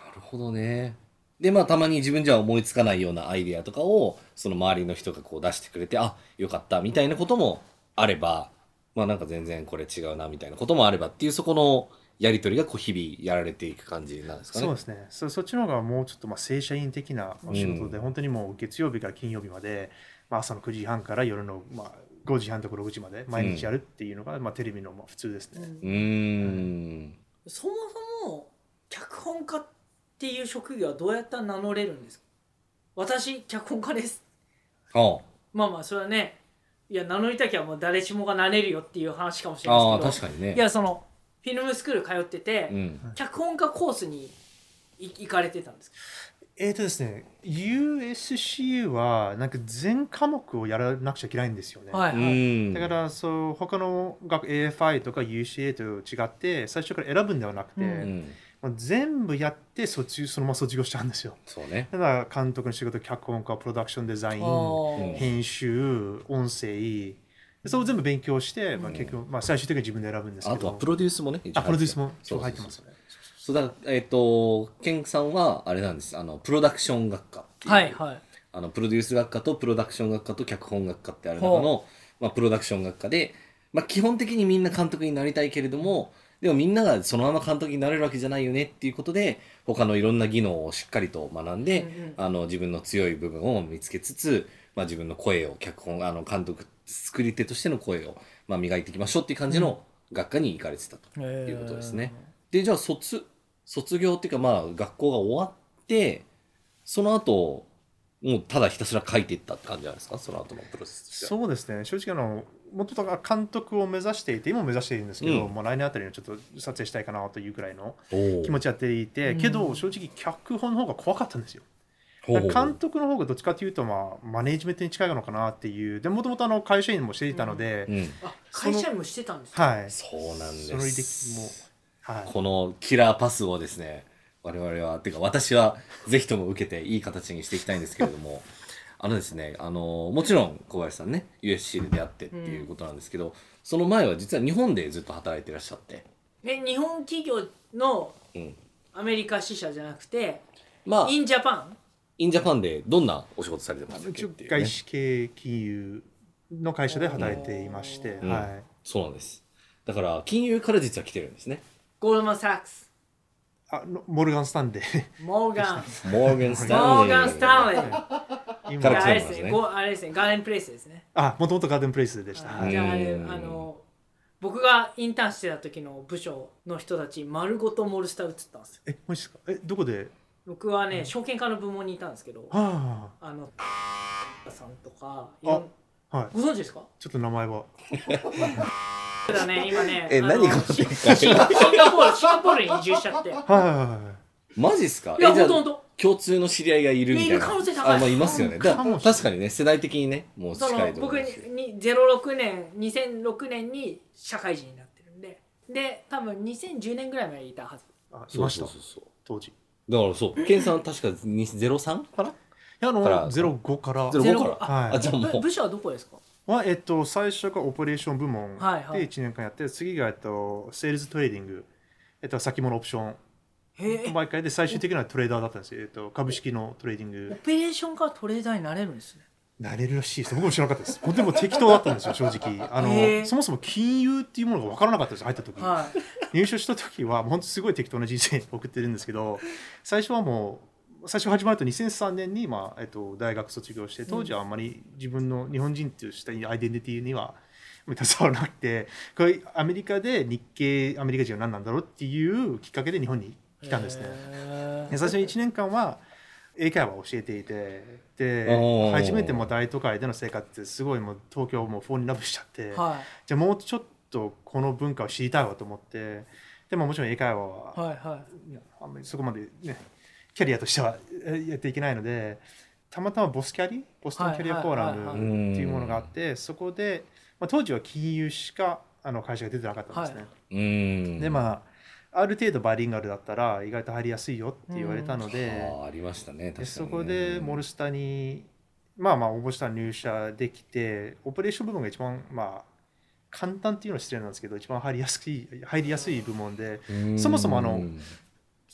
Speaker 3: なるほ
Speaker 5: よ
Speaker 3: ど、。
Speaker 4: うん。ないるほど
Speaker 5: は
Speaker 4: ね。でまあたまに自分じゃ思いつかないようなアイデアとかをその周りの人がこう出してくれてあよかったみたいなこともあればまあなんか全然これ違うなみたいなこともあればっていうそこのやり取りがこう日々やられていく感じなんですかね。
Speaker 5: そうですねそそっちの方がもうちょっとまあ正社員的なお仕事で、
Speaker 4: う
Speaker 5: 本当にもう月曜日から金曜日まで、まあ、朝の9時半から夜のまあ5時半とか6時まで毎日やるっていうのが、まあ、テレビのまあ普通ですね。
Speaker 4: うーん
Speaker 3: そもそも脚本家っていう職業はどうやったら名乗れるんですか私脚本家です
Speaker 4: は
Speaker 3: まあまあそれはねいや名乗りたきゃもう誰しもがなれるよっていう話かもしれ
Speaker 4: あ、あ
Speaker 3: な
Speaker 4: あ
Speaker 3: いですけ
Speaker 4: 確
Speaker 3: ど
Speaker 4: かにね。
Speaker 3: いやそのフィルムスクール通ってて、
Speaker 4: うん、
Speaker 3: 脚本家コースにい行かれてたんですか
Speaker 5: えーとですね、USCU はなんか全科目をやらなくちゃいけないんですよね。
Speaker 3: はいはい、
Speaker 4: うん
Speaker 5: だからそう他の学 AFI とか UCA と違って最初から選ぶんではなくて、
Speaker 3: う
Speaker 4: うん
Speaker 5: もう全部やって卒そのまま卒業しちゃうんですよ。
Speaker 4: そうね。
Speaker 5: だから監督の仕事脚本家プロダクションデザイン
Speaker 3: あー
Speaker 4: うん
Speaker 5: 編集音声それを全部勉強して、ま
Speaker 4: う
Speaker 5: あ、
Speaker 4: ん
Speaker 5: 結局、まあ、最終的に自分で選ぶんですけど
Speaker 4: あとはプロデュースもね。一応
Speaker 5: あプロデュースも
Speaker 4: そ
Speaker 5: そう
Speaker 4: そうそう
Speaker 5: う入ってますね
Speaker 4: そうだからえっ、とケンさんはあれなんですあのプロダクション学科っていう
Speaker 3: はいはい
Speaker 4: あのプロデュース学科とプロダクション学科と脚本学科ってある中の、まあ、プロダクション学科で、まあ、基本的にみんな監督になりたいけれどもでもみんながそのまま監督になれるわけじゃないよねっていうことで他のいろんな技能をしっかりと学んで、
Speaker 3: うんうん
Speaker 4: あの自分の強い部分を見つけつつ、まあ、自分の声を脚本あの監督作り手としての声を、まあ、磨いていきましょうっていう感じの学科に行かれてたと。
Speaker 3: いう
Speaker 4: ことですねでじゃあ卒卒業っていうかまあ学校が終わってその後もうただひたすら書いていったって感じなんですかその後のプロセスとしては
Speaker 5: そうですね正直あのもともと監督を目指していて今も目指しているんですけど、
Speaker 4: うん
Speaker 5: もう来年あたりにちょっと撮影したいかなというくらいの
Speaker 4: おお
Speaker 5: 気持ちやっていて、
Speaker 3: うん
Speaker 5: けど正直脚本の方が怖かったんですよ
Speaker 4: ほうほうほう
Speaker 5: 監督の方がどっちかというと、まあ、マネージメントに近いのかなっていうでもともとあの会社員もしていたので、
Speaker 4: うん、
Speaker 3: あ会社員もしてたんですか
Speaker 5: はい
Speaker 4: そうなん
Speaker 5: その履
Speaker 4: で
Speaker 5: 歴も
Speaker 4: す、
Speaker 5: はい、
Speaker 4: このキラーパスをですね我々はていうか私はぜひとも受けていい形にしていきたいんですけれども あのですねあのもちろん小林さんね USC で出会ってっていうことなんですけど、その前は実は日本でずっと働いてらっしゃって、
Speaker 3: え日本企業の
Speaker 4: うん、
Speaker 3: アメリカ支社じゃなくて
Speaker 4: まあ
Speaker 3: インジャパン
Speaker 4: インジャパンでどんなお仕事されてましたっけ
Speaker 5: 一
Speaker 4: っ
Speaker 5: 応
Speaker 4: ていうね
Speaker 5: 外資系金融の会社で働いていまして、
Speaker 4: うん
Speaker 5: はい、
Speaker 4: そうなんですだから金融から実は来てるんですね
Speaker 3: ゴールドマン・サックス
Speaker 5: あのモルガン・スタン レー
Speaker 3: モーガン
Speaker 4: モーガン・ス
Speaker 3: モ
Speaker 4: タ
Speaker 3: ー
Speaker 4: ンレー
Speaker 3: ガン・スタンレー
Speaker 4: か
Speaker 5: 今
Speaker 3: あ
Speaker 4: ら
Speaker 3: れ
Speaker 4: 来
Speaker 3: で
Speaker 4: てます
Speaker 3: す
Speaker 4: ね
Speaker 3: ねゴーあれですねガーデンプレイスですね
Speaker 5: あもともとガーデンプレイスでした、
Speaker 3: あ
Speaker 5: はい
Speaker 3: じゃああれ
Speaker 4: うん
Speaker 3: あの僕がインターンしてた時の部署の人たち丸ごとモルスター移ったんですよ
Speaker 5: えマジですかえどこで
Speaker 3: 僕はね証券家の部門にいたんですけど
Speaker 5: は
Speaker 3: あのさんとかいろん
Speaker 5: あはい
Speaker 3: ご存知ですか
Speaker 5: ちょっと名前は
Speaker 3: だね今ね
Speaker 4: え
Speaker 3: あの
Speaker 4: 何この
Speaker 3: シン
Speaker 4: 展開
Speaker 3: シンシンガポールシンガポールに移住しちゃってい
Speaker 5: はいはいはいは い
Speaker 4: マジっすかえ
Speaker 3: や
Speaker 4: じゃ
Speaker 3: ほ
Speaker 4: あ
Speaker 3: んとほんと
Speaker 4: 共通の知り合いがいるみたいない
Speaker 3: る可能性高い
Speaker 4: あ、まあ、いますよねだ
Speaker 5: かもしれない
Speaker 4: 確かにね世代的にねもう
Speaker 3: そ
Speaker 4: 近
Speaker 3: の
Speaker 4: いと思
Speaker 3: 僕
Speaker 4: いますよ
Speaker 3: にに06年2006年に社会人になってるんでで多分2010年ぐらいまでいたはず
Speaker 5: あい
Speaker 4: そ
Speaker 5: ま
Speaker 4: う
Speaker 5: した
Speaker 4: そうそうそう
Speaker 5: 当時い
Speaker 4: だからそうケンさん確かに03かな
Speaker 5: やあの
Speaker 4: から
Speaker 5: 05から
Speaker 4: ゼロ五から
Speaker 5: はい
Speaker 4: あじゃあも
Speaker 3: 部
Speaker 4: う
Speaker 3: 部署はどこですか
Speaker 5: はえっと最初がオペレーション部門で
Speaker 3: はいはい
Speaker 5: 1年間やって、次がえっとセールズトレーディングえっと先物オプション
Speaker 3: へえ
Speaker 5: 毎回で最終的にはトレーダーだったんですよ、えっと、株式のトレーディン
Speaker 3: オ
Speaker 5: グ
Speaker 3: ペレーションからトレーダーになれるんですね
Speaker 5: なれるらしいです僕も知らなかったですでも適当だったんですよ正直あ
Speaker 3: へー
Speaker 5: のそもそも金融っていうものが分からなかったです入った時、
Speaker 3: はい
Speaker 5: 入社した時は本当すごい適当な人生を送ってるんですけど最初はもう最初始まると2003年に、まあえっと、大学卒業して当時はあんまり自分の日本人としたアイデンティティには携わらなくてこれアメリカで日系アメリカ人は何なんだろうっていうきっかけで日本に来たんですね。
Speaker 3: ね
Speaker 5: で最初の1年間は英会話を教えていて
Speaker 4: お
Speaker 5: で
Speaker 4: ー
Speaker 5: 初めてもう大都会での生活ってすごいもう東京をもうフォーにラブしちゃって、
Speaker 3: は
Speaker 5: じゃあもうちょっとこの文化を知りたいわと思ってでももちろん英会話は、
Speaker 3: いはいはい
Speaker 5: あんまりそこまでねキャリアとしてはえやっていけないのでたまたまボスキャリボストンキャリアフォーラ
Speaker 3: はい
Speaker 5: ム
Speaker 3: は
Speaker 5: っ
Speaker 3: いは
Speaker 5: て
Speaker 3: い
Speaker 4: はい
Speaker 5: いうものがあってそこで、まあ、当時は金融しかあの会社が出てなかったんですね。
Speaker 4: うん
Speaker 5: でまあある程度バイリンガルだったら意外と入りやすいよって言われたので、
Speaker 4: あーありましたね確か
Speaker 5: で
Speaker 4: に
Speaker 5: そこでモルスタにまあまあ応募したら入社できてオペレーション部門が一番まあ簡単っていうのは失礼なんですけど一番入りやすい入りやすい部門で
Speaker 4: うん
Speaker 5: そもそもあの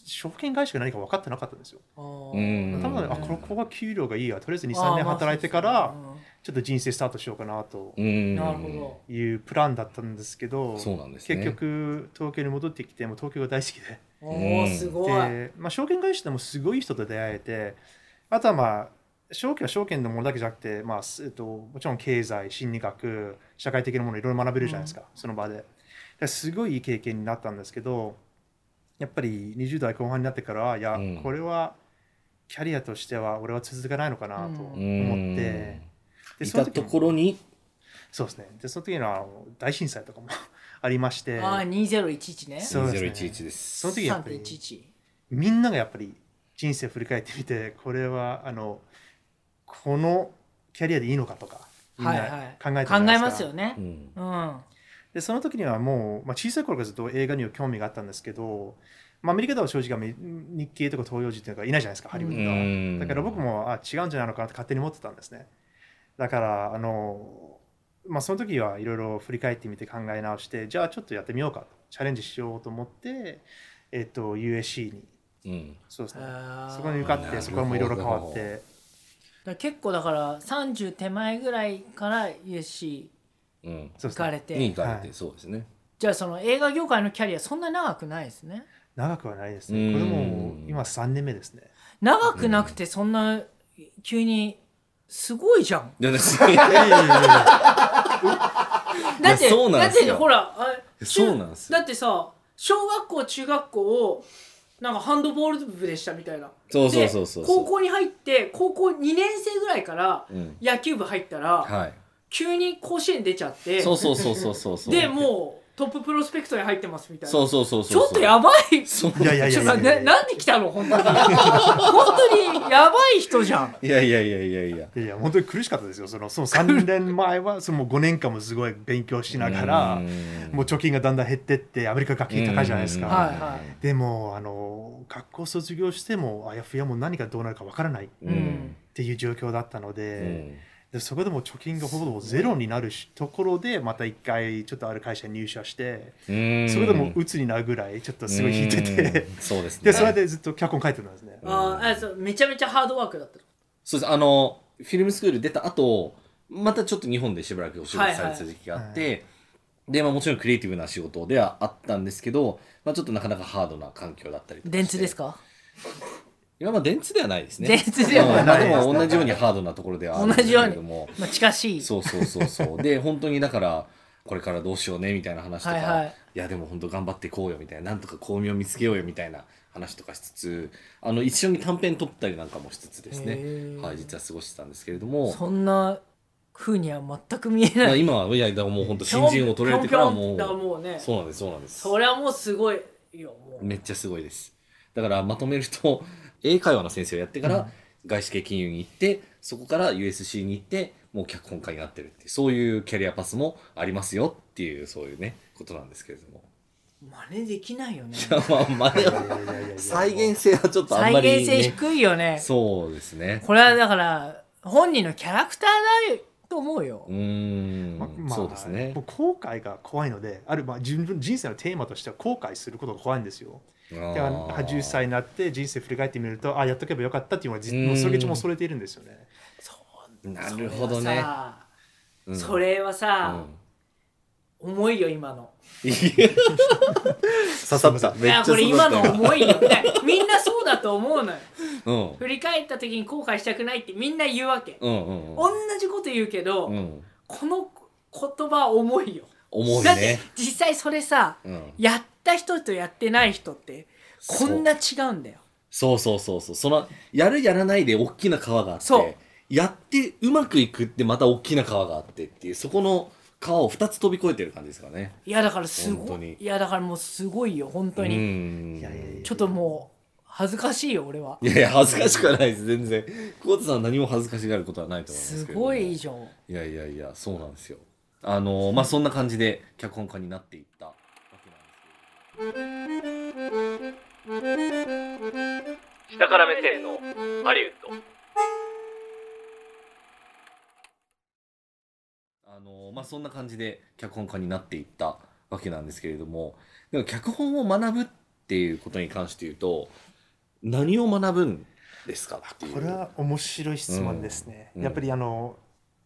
Speaker 5: 証券会社が何か分かってなかったんですよ。
Speaker 3: あー
Speaker 4: うん
Speaker 5: 多分あこの子は給料がいいやとりあえず23年働いてか
Speaker 3: あー
Speaker 5: ら
Speaker 3: まあ
Speaker 5: ちょっと人生スタートしようかな
Speaker 3: そ
Speaker 4: うん
Speaker 5: と
Speaker 3: うですねうんなるほど。
Speaker 5: いうプランだったんですけど、
Speaker 4: そうなんですね
Speaker 5: 結局東京に戻ってきてもう東京が大好きで
Speaker 3: おお
Speaker 4: うん
Speaker 3: すごい。
Speaker 5: で、まあ、証券会社でもすごい人と出会えてあとはまあ証券は証券のものだけじゃなくて、まあすえっと、もちろん経済心理学社会的なものいろいろ学べるじゃないですか、その場でだからすごいいい経験になったんですけどやっぱり20代後半になってからいや、
Speaker 4: うん
Speaker 5: これはキャリアとしては俺は続かないのかなと
Speaker 3: う
Speaker 5: 思って、で
Speaker 4: うんい
Speaker 5: その
Speaker 4: た
Speaker 5: 時
Speaker 4: と
Speaker 5: も
Speaker 4: ころに
Speaker 5: そうですねでその時のあの大震災とかも ありまして
Speaker 3: ああ2011ね。
Speaker 5: そうですね
Speaker 4: 2011です
Speaker 5: その時やっぱり
Speaker 3: 3.11。
Speaker 5: みんながやっぱり人生を振り返ってみてこれはあのこのキャリアでいいのかとかみん
Speaker 3: はい
Speaker 5: な
Speaker 3: はい
Speaker 5: 考えてるじ
Speaker 3: 考
Speaker 5: ゃ
Speaker 3: え
Speaker 5: ないですか
Speaker 3: ますよね
Speaker 4: う。ん
Speaker 3: うん。は
Speaker 5: でその時にはもう、まあ、小さい頃からずっと映画には興味があったんですけど、まあ、アメリカでは正直あんまり日系とか東洋人というかいないじゃないですかハリウ
Speaker 4: う
Speaker 5: ッドは。
Speaker 4: ん
Speaker 5: だから僕もあ違うんじゃないのかなって勝手に思ってたんですね。だからあの、まあ、その時はいろいろ振り返ってみて考え直してじゃあちょっとやってみようかとチャレンジしようと思って、えっと、USC に
Speaker 4: うん
Speaker 5: そうですねそ
Speaker 3: そ
Speaker 5: こに受かっ
Speaker 4: なるほ
Speaker 5: て
Speaker 4: ど
Speaker 5: そこもいろいろ変わって
Speaker 3: 結構だから30手前ぐらいから USC
Speaker 4: うん
Speaker 5: そ
Speaker 3: 行
Speaker 5: うですね
Speaker 3: かれて、
Speaker 4: に行かれ
Speaker 5: は
Speaker 4: てそうですね
Speaker 3: じゃあその映画業界のキャリアそんな長くないですね
Speaker 5: 長くはないです
Speaker 4: う
Speaker 5: ね
Speaker 4: ん
Speaker 5: これも今3年目ですね
Speaker 3: 長くなくてそんな急にすごいじゃん
Speaker 4: で
Speaker 5: いやいやいやいや
Speaker 3: だって
Speaker 4: いやそうなん
Speaker 3: だっ
Speaker 4: です
Speaker 3: て
Speaker 4: よ
Speaker 3: ほらあれ
Speaker 4: そうなんですよ
Speaker 3: だってさ小学校中学校をなんかハンドボール部でしたみたいな
Speaker 4: そうそうそうそう
Speaker 3: で高校に入って高校2年生ぐらいから
Speaker 4: うん
Speaker 3: 野球部入ったら、
Speaker 4: は
Speaker 3: 急に甲子園出ちゃって
Speaker 4: いそうそうそうそうそうそう
Speaker 3: でもうトッププロスペクトに入ってますみたいな
Speaker 4: そうそうそうそう
Speaker 3: ちょっとやばい
Speaker 4: そう
Speaker 5: いやいやい
Speaker 3: ち
Speaker 5: や
Speaker 3: ょっ
Speaker 5: い
Speaker 3: とない
Speaker 5: ややいや
Speaker 3: なんで来たの本当に本当にやばい人じゃん
Speaker 4: いやいやいやいやいや
Speaker 5: いやいや本当に苦しかったですよそのその3年前はそのもう5年間もすごい勉強しながらもう貯金がだんだん減ってってアメリカ学金高いじゃないです
Speaker 4: うん
Speaker 3: は
Speaker 5: か
Speaker 3: いはい
Speaker 5: でもあの学校卒業してもあやふやもう何がどうなるかわからないっ
Speaker 4: うん
Speaker 5: ていう状況だったの
Speaker 4: う
Speaker 5: で
Speaker 4: ん
Speaker 5: でそこでもう貯金がほぼゼロになるしところでまた一回ちょっとある会社に入社して
Speaker 4: うん
Speaker 5: それでもう鬱になるぐらいちょっとすごい引いてて
Speaker 4: うんそうですね
Speaker 5: でそれでずっと脚本書いてたんですね。
Speaker 3: あーあそうめちゃめちゃハードワークだった
Speaker 4: そうですあのフィルムスクール出た後またちょっと日本でしばらくお仕事されてた時期があって、
Speaker 5: はい
Speaker 4: で、まあ、もちろんクリエイティブな仕事ではあったんですけど、まあ、ちょっとなかなかハードな環境だったりとかして
Speaker 3: 電池ですか
Speaker 4: 今まあ電池ではないですね
Speaker 3: 電池ではない
Speaker 4: うんまあ、でも同じようにハードなところではあるんですけれども
Speaker 3: まあ近しい
Speaker 4: そうそうそうそうで本当にだからこれからどうしようねみたいな話とか、
Speaker 3: はいはい
Speaker 4: いやでも本当頑張っていこうよみたいななんとか巧妙見つけようよみたいな話とかしつつあの一緒に短編撮ったりなんかもしつつです
Speaker 3: へ
Speaker 4: ね、
Speaker 3: ー
Speaker 4: はい、実は過ごしてたんですけれども
Speaker 3: そんな風には全く見え
Speaker 4: ま
Speaker 3: な
Speaker 4: あ、
Speaker 3: い
Speaker 4: 今はいやだからもう本当新人を取られてからもう
Speaker 3: ぴょんぴょんだからもうね
Speaker 4: そうなんですそうなんです
Speaker 3: それはもうすごいよもう
Speaker 4: めっちゃすごいですだからまとめると 英会話の先生をやってから外資系金融に行ってそこから USC に行ってもう脚本家になってるっていうそういうキャリアパスもありますよっていうそういうねことなんですけれども
Speaker 3: 真似できないよね
Speaker 4: いやまあまあ
Speaker 5: いやいやいやいやいや
Speaker 4: 再現性はちょっと あん
Speaker 3: 再
Speaker 4: まり、ね、
Speaker 3: 現性低いよね
Speaker 4: そうですね
Speaker 3: これはだから本人のキャラクターだと思うよ
Speaker 4: うーん、
Speaker 5: ままあ
Speaker 4: そうですね
Speaker 5: 僕後悔が怖いのである、まあ、自分人生のテーマとしては後悔することが怖いんですよ。
Speaker 4: あ
Speaker 5: だから
Speaker 4: ー
Speaker 5: 80歳になって人生振り返ってみるとあやっとけばよかったっていうのはじ
Speaker 4: うん
Speaker 5: もうそれが一番恐れているんですよね。
Speaker 3: そう
Speaker 4: なるほどねうん
Speaker 3: それはさ、重いよ今の
Speaker 4: うん刺さった
Speaker 3: い
Speaker 4: めっち
Speaker 3: や
Speaker 4: ゃ
Speaker 3: これ
Speaker 4: 刺
Speaker 3: 今
Speaker 4: さった
Speaker 3: の重いよねみんなそうだと思うのよ
Speaker 4: うん
Speaker 3: 振り返った時に後悔したくないってみんな言うわけ、
Speaker 4: うんうん
Speaker 3: 同じこと言うけど、
Speaker 4: うんうん
Speaker 3: この言葉重いよ
Speaker 4: 重い
Speaker 3: だって
Speaker 4: ね
Speaker 3: 実際それさ
Speaker 4: うん
Speaker 3: やった人とやってない人ってこんな違うんだよ
Speaker 4: そうそうそうそうそのやるやらないで大きな川があっ
Speaker 3: そう
Speaker 4: てやってうまくいくってまた大きな川があってっていうそこの川を2つ飛び越えてる感じですかね
Speaker 3: いやだからす
Speaker 4: 本
Speaker 3: ご
Speaker 4: 当に
Speaker 3: いいやだからもうすごいよ本当に、
Speaker 4: に
Speaker 5: いやいやいや
Speaker 3: ちょっともう恥ずかしいよ俺はい
Speaker 4: やいや恥ずかしくはないです全然久保田さん何も恥ずかしがることはないと思います
Speaker 3: す
Speaker 4: けれども
Speaker 3: ごいいいじゃん
Speaker 4: いやいやいやそうなんですよあのまあそんな感じで脚本家になっていったわけなんですけど
Speaker 1: 下から目線のハリウッド
Speaker 4: あのまあ、そんな感じで脚本家になっていったわけなんですけれどもでも脚本を学ぶっっていうことに関して言うと何を学ぶんですかっていう
Speaker 5: これは面白い質問ですね、
Speaker 4: うん
Speaker 5: やっぱりあの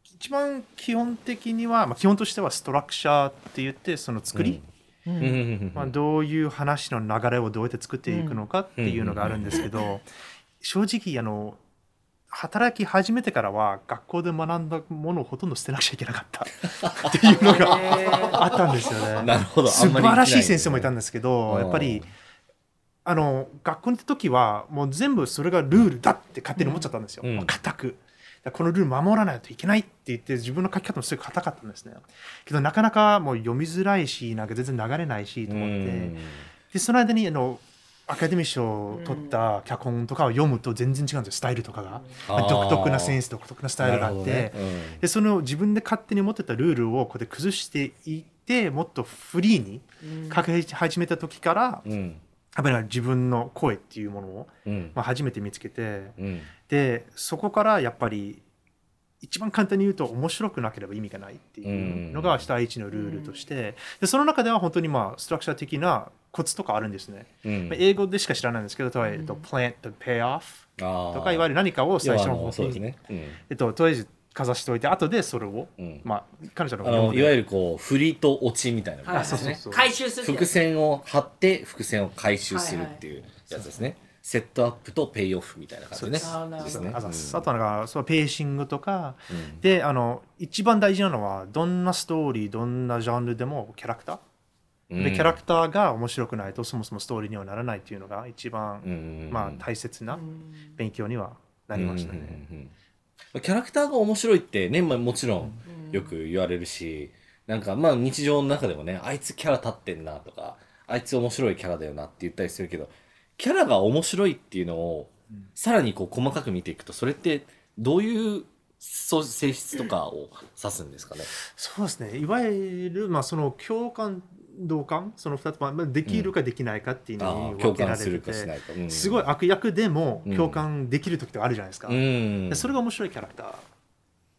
Speaker 5: 一番基本的には、まあ、基本としてはストラクチャーって言ってその作り、
Speaker 3: う
Speaker 4: うんうん
Speaker 3: ん
Speaker 4: うん
Speaker 5: まあ、どういう話の流れをどうやって作っていくのかっていうのがあるんですけど、正直あの働き始めてからは学校で学んだものをほとんど捨てなくちゃいけなかったっていうの
Speaker 3: へー
Speaker 5: があったんですよね。
Speaker 4: なるほどあ
Speaker 5: 素
Speaker 4: んまり
Speaker 5: 晴らしい先生もいたんですけ
Speaker 4: け
Speaker 5: ど、やっぱりあの学校に行った時はもう全部それがルールだって勝手に思っちゃったんですよ、
Speaker 4: うん
Speaker 5: もう固くだからこのルール守らないといけないって言って自分の書き方もすごい固かったんですねけどなかなかもう読みづらいしなんか全然流れないしと思って、でその間にあのアカデミー賞を取った脚本とかを読むと全然違うんですよスタイルとかが、独特なセン
Speaker 4: ス
Speaker 5: ス独特なスタイルがあって、でその自分で勝手に持ってたルールをこうやって崩していってもっとフリーに書き始めた時から、
Speaker 4: うん
Speaker 5: やっぱり自分の声っていうものを、
Speaker 4: うん
Speaker 5: まあ、初めて見つけて
Speaker 4: うん
Speaker 5: でそこからやっぱり一番簡単に言うと面白くなければ意味がないっていうのが下一のルールとしてでその中では本当にまあストラクチャー的なコツとかあるんですね、
Speaker 4: うん
Speaker 5: まあ、英語でしか知らないんですけど例えば、えっと、
Speaker 3: うん
Speaker 5: plant to pay off
Speaker 4: あー
Speaker 5: とかいわゆる何かを最初の
Speaker 4: 要はあ
Speaker 5: 方
Speaker 4: そうです
Speaker 5: に、
Speaker 4: ねうん
Speaker 5: えっと、とりあえずかざしておいて後でそれを、
Speaker 4: うん
Speaker 5: まあ、彼女の
Speaker 4: あのいわ
Speaker 5: る
Speaker 4: ゆるこう振りと落ちみたいなもの
Speaker 3: は
Speaker 4: で
Speaker 3: い
Speaker 4: す
Speaker 5: そうそう
Speaker 4: ね
Speaker 5: そう
Speaker 3: 回収する
Speaker 4: 伏線を張って伏線を回収するっていうやつですねセットアップとペイオフみたいな感じね
Speaker 3: そうです
Speaker 4: ですね
Speaker 5: あざっすあ
Speaker 4: う
Speaker 5: となんかそのペーシングとか
Speaker 4: んうん
Speaker 5: であの一番大事なのはどんなストーリーどんなジャンルでもキャラクター、でキャラクターが面白くないとそもそもストーリーにはならないっていうのが一番、
Speaker 4: うん
Speaker 5: まあ、大切な勉強にはなりましたね。
Speaker 4: うんうんうんうんキャラクターが面白いってね、まあ、もちろんよく言われるし、なんかまあ日常の中でもねあいつキャラ立ってんなとかあいつ面白いキャラだよなって言ったりするけどキャラが面白いっていうのを
Speaker 5: うん
Speaker 4: さらにこう細かく見ていくとそれってどういうそう性質とかを指すんですかね。
Speaker 5: そうですねいわゆる、まあ、その共感同感その2つ、まあまあ、できるかできないかっていうの
Speaker 4: あ
Speaker 5: に
Speaker 4: ー
Speaker 5: 分
Speaker 4: 共
Speaker 5: け
Speaker 4: 感
Speaker 5: られ
Speaker 4: す
Speaker 5: て、
Speaker 4: るかしてないか。うん
Speaker 5: すごい悪役でも
Speaker 4: うん
Speaker 5: 共感できる時とかあるじゃないですか、
Speaker 4: うん
Speaker 5: でそれが面白いキャラクタ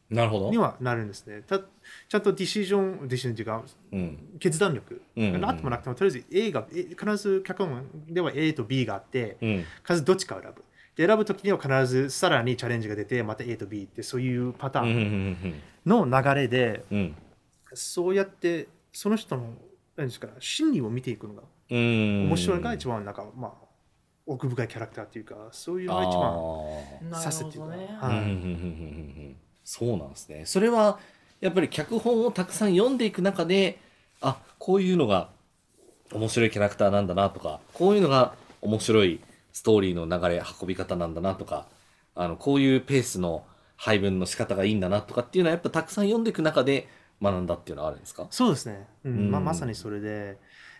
Speaker 4: なるほど。
Speaker 5: ーにはなるんですねたちゃんとディシジョンディシジョンっていうか
Speaker 4: うん
Speaker 5: 決断力、
Speaker 4: うんうんうん
Speaker 5: なってもなくてもとりあえず A がえ必ず脚本では A と B があって
Speaker 4: うん
Speaker 5: 必ずどっちかを選ぶで選ぶ時には必ずさらにチャレンジが出てまた A と B ってそういうパタ
Speaker 4: うんう
Speaker 5: ーン
Speaker 4: ん
Speaker 5: の流れで、
Speaker 4: うんうん
Speaker 5: そうやってその人の何ですかね心理を見ていくのが
Speaker 4: うん
Speaker 5: 面白いのが一
Speaker 4: 番
Speaker 5: 番なんか、まあ奥深いキャラクターっていうかそういうのが一番
Speaker 3: さ
Speaker 5: 刺
Speaker 3: す
Speaker 5: す
Speaker 3: っ
Speaker 5: ってて
Speaker 3: い
Speaker 5: いうう
Speaker 3: か
Speaker 5: か
Speaker 4: うん
Speaker 5: は
Speaker 4: うんう
Speaker 5: い
Speaker 4: んうんうんうんそうなんですね。それはやっぱり脚本をたくさん読んでいく中で、あこういうのが面白いキャラクターなんだなとか、こういうのが面白いストーリーの流れ運び方なんだなとか、あのこういうペースの配分の仕方がいいんだなとかっていうのはやっぱたくさん読んでいく中で学んだっていうのはあるんですか。
Speaker 5: そうですね、うん
Speaker 4: うん
Speaker 5: まあ、まさにそれで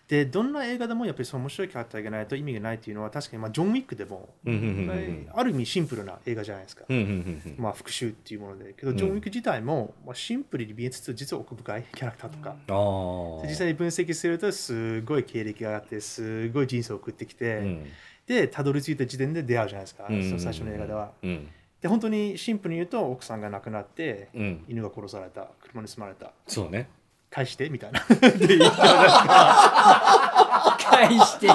Speaker 5: でどんな映画でもやっぱりその面白いキャラクターがないと意味がないっていうのは確かに、まあ、ジョン・ウィックでも、
Speaker 4: うんうんうんうん
Speaker 5: ある意味シンプルな映画じゃないですか、
Speaker 4: うんうんうんうん。
Speaker 5: まあ、復讐っていうものでけど、
Speaker 4: うん
Speaker 5: ジョン・ウィック自体も、まあ、シンプルに見えつつ実は奥深いキャラクターとか、
Speaker 4: あー
Speaker 5: 実際に分析するとすごい経歴があってすごい人生を送ってきて、
Speaker 4: うん
Speaker 5: でたどり着いた時点で出会うじゃないですか、
Speaker 4: うんうんうん
Speaker 5: その最初の映画では。
Speaker 4: うん
Speaker 5: で本当にシンプルに言うと奥さんが亡くなって、
Speaker 4: うん。
Speaker 5: 犬が殺された車に盗まれた
Speaker 4: そうね。
Speaker 5: 返してみたいな で言ったら
Speaker 3: 返して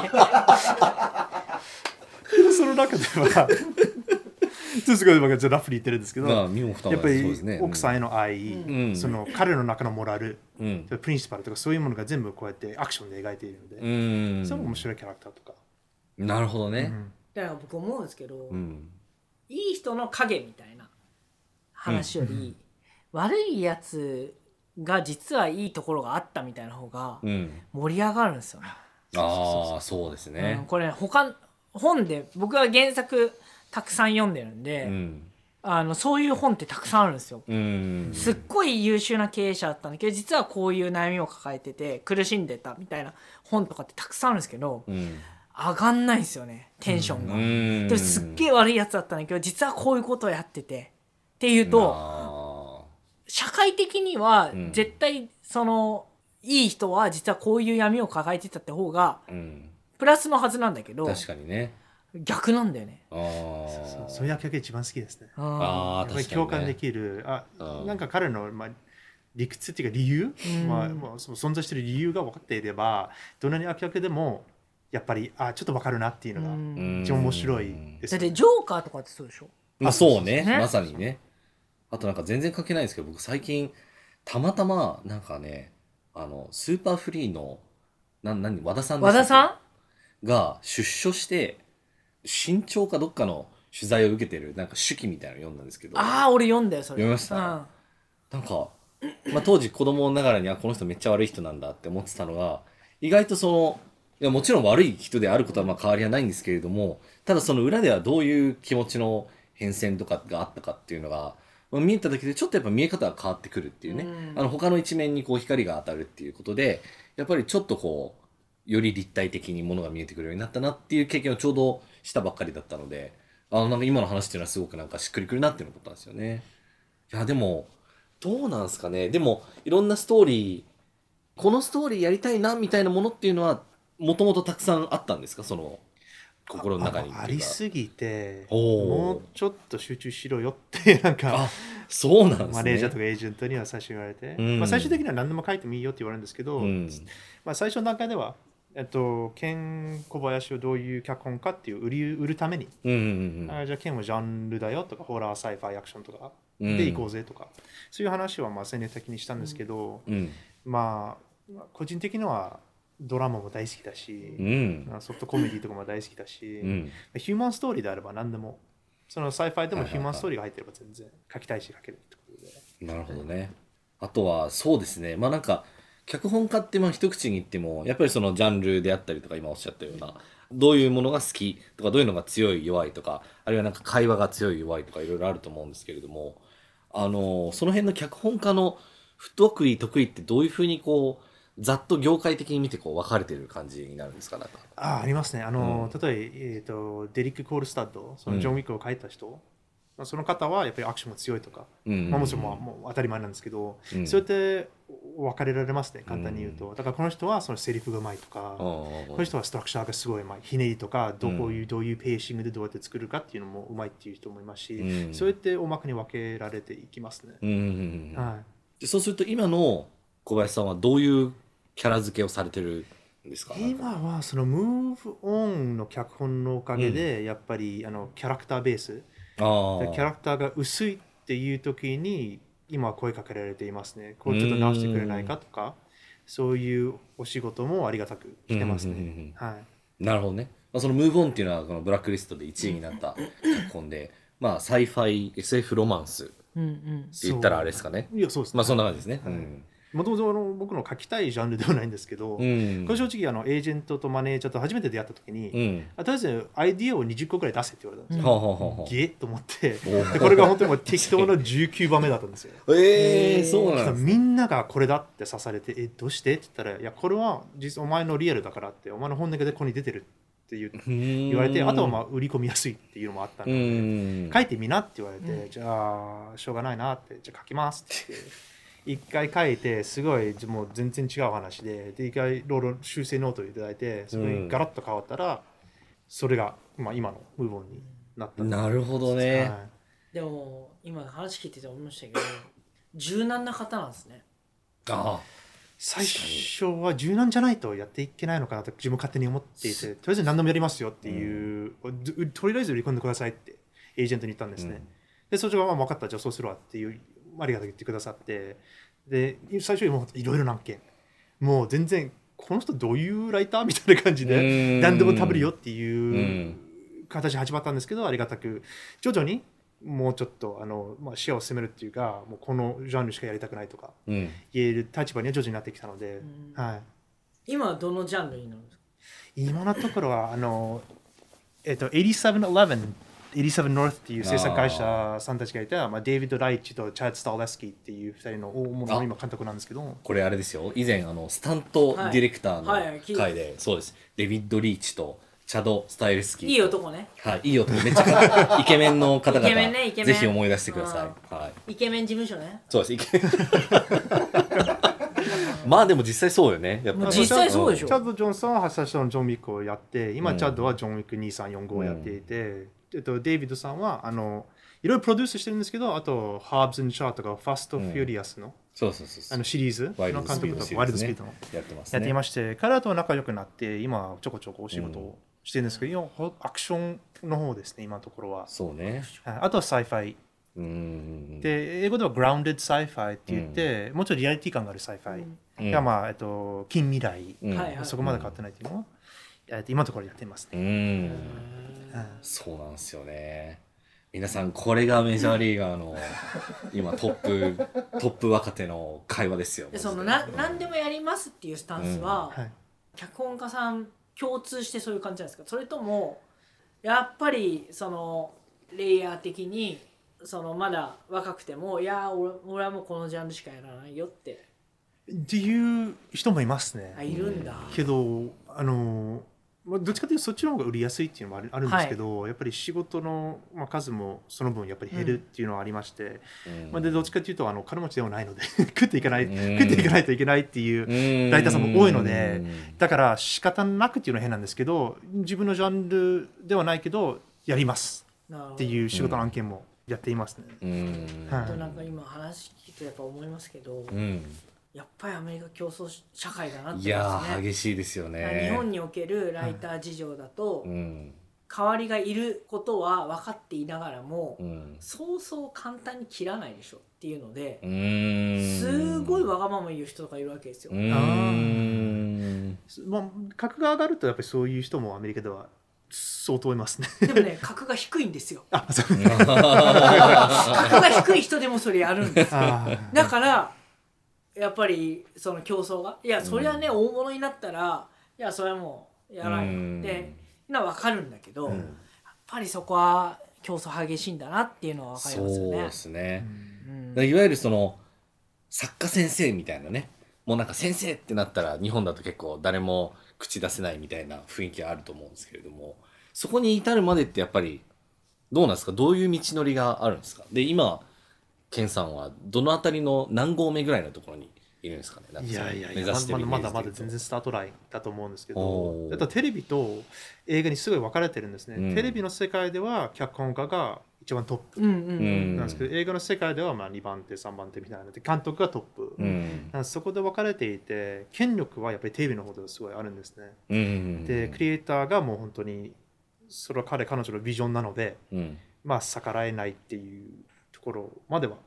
Speaker 5: その中 ではちょっとすごい僕はラフに言ってるんですけど、
Speaker 4: まあ身も蓋も
Speaker 5: やっぱ
Speaker 4: ないそうで
Speaker 5: り
Speaker 4: すね。
Speaker 5: 奥さんへの愛、
Speaker 4: うん
Speaker 5: その彼の中のモラル、
Speaker 4: うん。
Speaker 5: プリンシパルとかそういうものが全部こうやってアクションで描いているので、
Speaker 4: うん。
Speaker 5: それも面白いキャラクターとか、
Speaker 4: なるほどね。
Speaker 3: だから僕思うんですけど、
Speaker 4: うん。
Speaker 3: いい人の影みたいな話より、悪いやつが実はいいところがあったみたいな方が
Speaker 4: うん。
Speaker 3: 盛り上がるんですよね。
Speaker 4: ああ、そうです
Speaker 3: うん
Speaker 4: ね。
Speaker 3: これ他本で僕は原作たくさん読んでるん
Speaker 4: う
Speaker 3: で、
Speaker 4: ん。
Speaker 3: あのそういう本ってたくさんあるんですよ。
Speaker 4: うん。
Speaker 3: すっごい優秀な経営者だったんだけど実はこういう悩みを抱えてて苦しんでたみたいな本とかってたくさんあるんですけど
Speaker 4: うん。
Speaker 3: 上がんないんですよねテンションが。
Speaker 4: うん。
Speaker 3: でもすっげえ悪いやつだったんだけど実はこういうことをやっててっていうと
Speaker 4: あ
Speaker 3: 社会的には
Speaker 4: うん
Speaker 3: 絶対そのいい人は実はこういう闇を抱えてたって方が
Speaker 4: ー。うん。
Speaker 3: プラスのはずなんだけど
Speaker 4: 確かにね。
Speaker 3: 逆なんだよね。
Speaker 4: ああ。
Speaker 5: そうそうそういう役が一番好きですね。
Speaker 3: うん
Speaker 4: ああ、
Speaker 5: や
Speaker 4: 確
Speaker 5: っぱ
Speaker 4: かに
Speaker 5: り
Speaker 4: ね。
Speaker 5: 共感できる、あ
Speaker 4: うん
Speaker 5: なんか彼の、まあ、理屈っていうか理由、
Speaker 3: うん
Speaker 5: まあ、まあその存在している理由が分かっていればどんなに悪役でもやっぱりあちょっとわかるなっていうのが
Speaker 3: ん
Speaker 5: 一番面白いです
Speaker 3: だっ
Speaker 5: よね
Speaker 3: てジョーカーとかってそうでしょ
Speaker 4: まあそうね
Speaker 3: ね
Speaker 4: まさにねあとなんか全然関係ないんですけど僕最近たまたまなんかねあのスーパーフリーのな何和田さんでし
Speaker 3: 和
Speaker 4: たっ
Speaker 3: 田
Speaker 4: け
Speaker 3: さ
Speaker 4: が出所して新潮かどっかの取材を受けてるなんか手記みたいなの読んだんですけ
Speaker 3: ん
Speaker 4: ど
Speaker 3: ああ俺読んだよそれ
Speaker 4: 読みました
Speaker 3: うん
Speaker 4: なんか、まあ、当時子供ながらにあこの人めっちゃ悪い人なんだって思ってたのが意外とそのいやもちろん悪い人であることはまあ変わりはないんですけれどもただその裏ではどういう気持ちの変遷とかがあったかっていうのが、まあ、見えただけでちょっとやっぱ見え方が変わってくるっていうね、
Speaker 3: うん
Speaker 4: あの他の一面にこう光が当たるっていうことでやっぱりちょっとこうより立体的にものが見えてくるようになったなっていう経験をちょうどしたばっかりだったのであのなんか今の話っていうのはすごくなんかしっくりくるなっていうのを思ったんですよね。いやでもどうなんすかねでもいろんなストーリーこのストーリーやりたいなみたいなものっていうのはもともとたくさんあったんですかその心の中にっていう
Speaker 5: あ
Speaker 4: か
Speaker 5: ありすぎて
Speaker 4: おー
Speaker 5: もうちょっと集中しろよって なんか
Speaker 4: あそうなんですね
Speaker 5: マネージャーとかエージェントには最初言われて、
Speaker 4: うん
Speaker 5: まあ、最終的には何でも書いてもいいよって言われるんですけど、
Speaker 4: うん
Speaker 5: まあ、最初の段階では、えっと、ケン小林をどういう脚本かっていう売り売るために、
Speaker 4: うんうん
Speaker 5: あじゃあケンはジャンルだよとかホラーサイファーアクションとか
Speaker 4: うん
Speaker 5: で行こうぜとか、そういう話はまあ戦略的にしたんですけど、
Speaker 4: うん
Speaker 5: まあ個人的にはドラマも大好きだ
Speaker 4: う
Speaker 5: し、
Speaker 4: ん
Speaker 5: ソフトコメディとかも大好きだし、
Speaker 4: うん
Speaker 5: ヒューマンストーリーであれば何でも、そのサイファイでも
Speaker 4: はいはいはい
Speaker 5: ヒューマンストーリーが入ってれば全然書きたいし書けるってことで。
Speaker 4: なるほどね。あとは、そうですね。まあなんか、脚本家ってまあ一口に言っても、やっぱりそのジャンルであったりとか、今おっしゃったような、どういうものが好きとか、どういうのが強い弱いとか、あるいはなんか会話が強い弱いとか、いろいろあると思うんですけれども、あの、その辺の脚本家の不得意、得意ってどういうふうにこう、ざっと業界的に見てこう分かれてる感じになるんですかなんか。
Speaker 5: あありますね。あの、
Speaker 4: う
Speaker 5: 例えば、えーと、デリック・コールスタッド、そのジョン・ウィックを書いた人、まあその方はやっぱりアクションも強いとか、
Speaker 4: うん
Speaker 5: まあ、もちろんまあもう当たり前なんですけど、
Speaker 4: うん
Speaker 5: そうやって分かれられますね、簡単に言うと。だからこの人はそのセリフがうまいとか、こ
Speaker 4: こ
Speaker 5: の人はストラクチャーがすごいうまい、ひねりとか、どこいう、どういうペーシングでどうやって作るかっていうのもうまいっていう人もいますし、
Speaker 4: うん
Speaker 5: そうやって大まかに分けられていきますね。
Speaker 4: うんうんうんうん
Speaker 5: はい
Speaker 4: でそうすると今の小林さんはどういうキャラ付けをされてるんですか
Speaker 5: 今はそのムーブオンの脚本のおかげでやっぱりあのキャラクターベース
Speaker 4: あー
Speaker 5: でキャラクターが薄いっていう時に今は声かけられていますねこうちょっと直してくれないかとかそういうお仕事もありがたく来てます
Speaker 4: うんうんうんうん
Speaker 5: ねはい
Speaker 4: なるほどね、まあ、その「ムーブオン」っていうのはこのブラックリストで1位になった脚本でまあサイファイ SF ロマンスって
Speaker 3: うんうん
Speaker 4: 言ったらあれですかね
Speaker 5: いやそうです
Speaker 4: まあそんな
Speaker 5: も
Speaker 4: 感じですね、
Speaker 5: はい
Speaker 4: うん
Speaker 5: ともとあの僕の書きたいジャンルではないんですけどこ
Speaker 4: う
Speaker 5: れ
Speaker 4: ん
Speaker 5: 正直あのエージェントとマネージャーと初めて出会った時
Speaker 4: う
Speaker 5: に
Speaker 4: ん
Speaker 5: あとりあえずアイディアを20個くらい出せって言われたんですよ
Speaker 4: はあはあはあ
Speaker 5: ゲッと思って
Speaker 4: おー
Speaker 5: でこれが本当にもう適当な19番目だったんですよ
Speaker 4: え
Speaker 3: え
Speaker 4: え
Speaker 3: ー
Speaker 4: そうなんですね
Speaker 5: みんながこれだって刺されて「えどうして?」って言ったら「いやこれは実お前のリアルだから」って「お前の本音がここに出てる」って言う言われてあとはま
Speaker 4: あ
Speaker 5: あ売り込みやすいっていうのもあったの
Speaker 4: う
Speaker 5: で、
Speaker 4: ん
Speaker 5: 書いてみなって言われて、
Speaker 3: うん
Speaker 5: じゃあしょうがないなってじゃあ書きますって言って一回書いてすごいもう全然違う話でで一回ロール修正ノートをいただいてそれにガラッと変わったら、それが、まあ、今のムーボンになった
Speaker 4: なるほど
Speaker 5: ほ
Speaker 4: ね、
Speaker 3: でも今話聞いてて思いましたけど柔軟な方なんですね
Speaker 4: あ
Speaker 5: 最初は柔軟じゃないとやっていけないのかなと自分勝手に思っていてとりあえず何でもやりますよっていう、ずとりあえず売り込んでくださいってエージェントに言ったんですね、
Speaker 4: うん
Speaker 5: でそっちがまあ分かったじゃあそうするわっていうありがたく言ってくださってで最初にもういろいろな案件もう全然この人どういうライターみたいな感じ
Speaker 4: あ
Speaker 5: で何でも食べるよっ
Speaker 4: って
Speaker 5: いう形で始まったんですけどありがたく徐々にもうちょっとあの、まあ、視野を攻めるっていうかもうこのジャンルしかやりたくないとか
Speaker 4: うん
Speaker 5: 言える立場には徐々になってきたので、
Speaker 3: ん
Speaker 5: は
Speaker 3: 今はどのジャンルになるんですか
Speaker 5: い、今のところはあの、えっと、8711 87 North っていう制作会社さんたちがいたまあ、デイビッド・ライチとチャード・スターレスキーっていう二人の大物
Speaker 4: あ
Speaker 5: の今監督なんですけど
Speaker 4: これあれですよ以前あのスタントディレクターの
Speaker 3: はいはい聞いた
Speaker 4: 回で、そうですデビッド・リーチとチャド・スタイルスキー
Speaker 3: いい男ね
Speaker 4: はいいい男めっちゃ かイケメンの方々
Speaker 3: イケメンねイケメン
Speaker 4: ぜひ思い出してください、はい、
Speaker 3: イケメン事務所ね
Speaker 4: そうですイケメン まあでも実際そうよねやっぱ
Speaker 3: もう
Speaker 4: り
Speaker 3: 実際そうでし
Speaker 5: チ
Speaker 3: ょ
Speaker 5: ャッド・ジョンソンは最初のジョン・ウィックをやって今、
Speaker 4: うん
Speaker 5: チャッドはジョン・ウィック2345をやっていて、えっと、デイビッドさんはあのいろいろプロデュースしてるんですけどあとハーブズ・チャーとかファスト・フューリアスの、
Speaker 4: そうそうそうそ
Speaker 5: あ
Speaker 4: う
Speaker 5: のシリーズ
Speaker 4: ワイル
Speaker 5: の
Speaker 4: ドス
Speaker 5: 監
Speaker 4: ピー
Speaker 5: 督
Speaker 4: ド
Speaker 5: と
Speaker 4: シリーズね
Speaker 5: かワイルドスピードの
Speaker 4: やってます
Speaker 5: や
Speaker 4: ね
Speaker 5: っていまして、彼らとは仲良くなって、今はちょこちょこお仕事をしてるんですけど、今ほアクションの方ですね、今のところは。
Speaker 4: そうね
Speaker 5: はいあとはサイファイ。
Speaker 4: うん
Speaker 5: で、英語では grounded sci-fi って言って、もうちょっとリアリティ感がある sci-fi
Speaker 4: うん
Speaker 5: が、まあ、えっと、近未来、
Speaker 4: うん
Speaker 3: はい
Speaker 5: そこまで変わってないっていうのを、えっと今のところやってます
Speaker 4: う
Speaker 5: ね。
Speaker 4: ん
Speaker 5: うん
Speaker 4: そうなんですよね皆さんこれがメジャーリーガー の今トップトップ若手の会話ですよ
Speaker 3: でそのな
Speaker 4: うん
Speaker 3: 何でもやりますっていうスタンスは、
Speaker 5: はい
Speaker 3: 脚本家さん共通してそういう感じなんですかそれともやっぱりそのレイヤー的にそのまだ若くてもいやー俺俺はもうこのジャンルしかやらないよって
Speaker 5: っていう人もいますね。
Speaker 3: あいるんだ、
Speaker 5: けどあのまあどっちかというとそっちの方が売りやすいっていうのもあるあるんですけど、やっぱり仕事の、まあ、数もその分やっぱり減るっていうのはありまして、
Speaker 4: うん
Speaker 5: まあ、でどっちかというとあの金持ちではないの で食っていかない、
Speaker 4: うん
Speaker 5: 食っていかないといけないっていう、
Speaker 4: うん
Speaker 5: ライターさんも多いのでだから仕方なくっていうのは変なんですけど自分のジャンルではないけどやります
Speaker 3: なるほど
Speaker 5: っていう仕事の案件もやっていますね。
Speaker 4: うん
Speaker 5: はい
Speaker 3: あとなんか今話聞くとやっぱ思いますけど、
Speaker 4: うん
Speaker 3: やっぱりアメリカ競争社会だなっ
Speaker 4: い
Speaker 3: て
Speaker 4: や
Speaker 3: 思います
Speaker 4: ー
Speaker 3: ね
Speaker 4: 激しいですよ
Speaker 3: だから日
Speaker 4: ね
Speaker 3: 本におけるライター事情だと、
Speaker 4: うん
Speaker 3: 代わりがいることは分かっていながらも、
Speaker 4: うん
Speaker 3: そうそう簡単に切らないでしょっていうので、
Speaker 4: うん
Speaker 3: すごいわがまま言う人とかいるわけですよ、
Speaker 4: うん
Speaker 5: まあ、格が上がるとやっぱりそういう人もアメリカでは相当いま すね。
Speaker 3: でもね格が低いんですよ
Speaker 5: あそう
Speaker 3: 格が低い人でもそれやるん です
Speaker 5: あー
Speaker 3: だからやっぱりその競争がいやそれはね、大物になったらいやそれはもうやらない
Speaker 4: うん
Speaker 3: でのは分かるんだけど、
Speaker 4: うん
Speaker 3: やっぱりそこは競争激しいんだなっていうのは分かり
Speaker 4: そ
Speaker 3: ますよ
Speaker 4: う
Speaker 3: ね
Speaker 4: で。すね
Speaker 3: うん
Speaker 4: だからいわゆるその作家先生みたいなねもうなんか先生ってなったら日本だと結構誰も口出せないみたいな雰囲気があると思うんですけれどもそこに至るまでってやっぱりどうなんですかどういう道のりがあるんですかで今健さんはどの辺りの何合目ぐらいのところにいるんですかねなんか
Speaker 5: い
Speaker 4: その
Speaker 5: やいやい
Speaker 4: 目
Speaker 5: や
Speaker 4: 指してるイメー
Speaker 5: ま
Speaker 4: ジ
Speaker 5: だまだまだ
Speaker 4: で言
Speaker 5: 全
Speaker 4: うと
Speaker 5: 然スタートラインだと思うんですけ
Speaker 4: お
Speaker 5: ど
Speaker 4: ー
Speaker 5: だからテレビと映画にすごい分かれてるんですね、
Speaker 4: うん
Speaker 5: テレビの世界では脚本家が一番トップ
Speaker 3: うんうん
Speaker 4: うん
Speaker 5: なんですけど、映画の世界ではまあ2番手3番手みたいなので監督がトップ、
Speaker 4: う
Speaker 5: なん
Speaker 4: ん
Speaker 5: かそこで分かれていて権力はやっぱりテレビの方ではすごいあるんですね、
Speaker 4: うん
Speaker 5: でクリエイターがもう本当にそれは彼彼女のビジョンなので
Speaker 4: うん
Speaker 5: まあ逆らえないっていうところまでは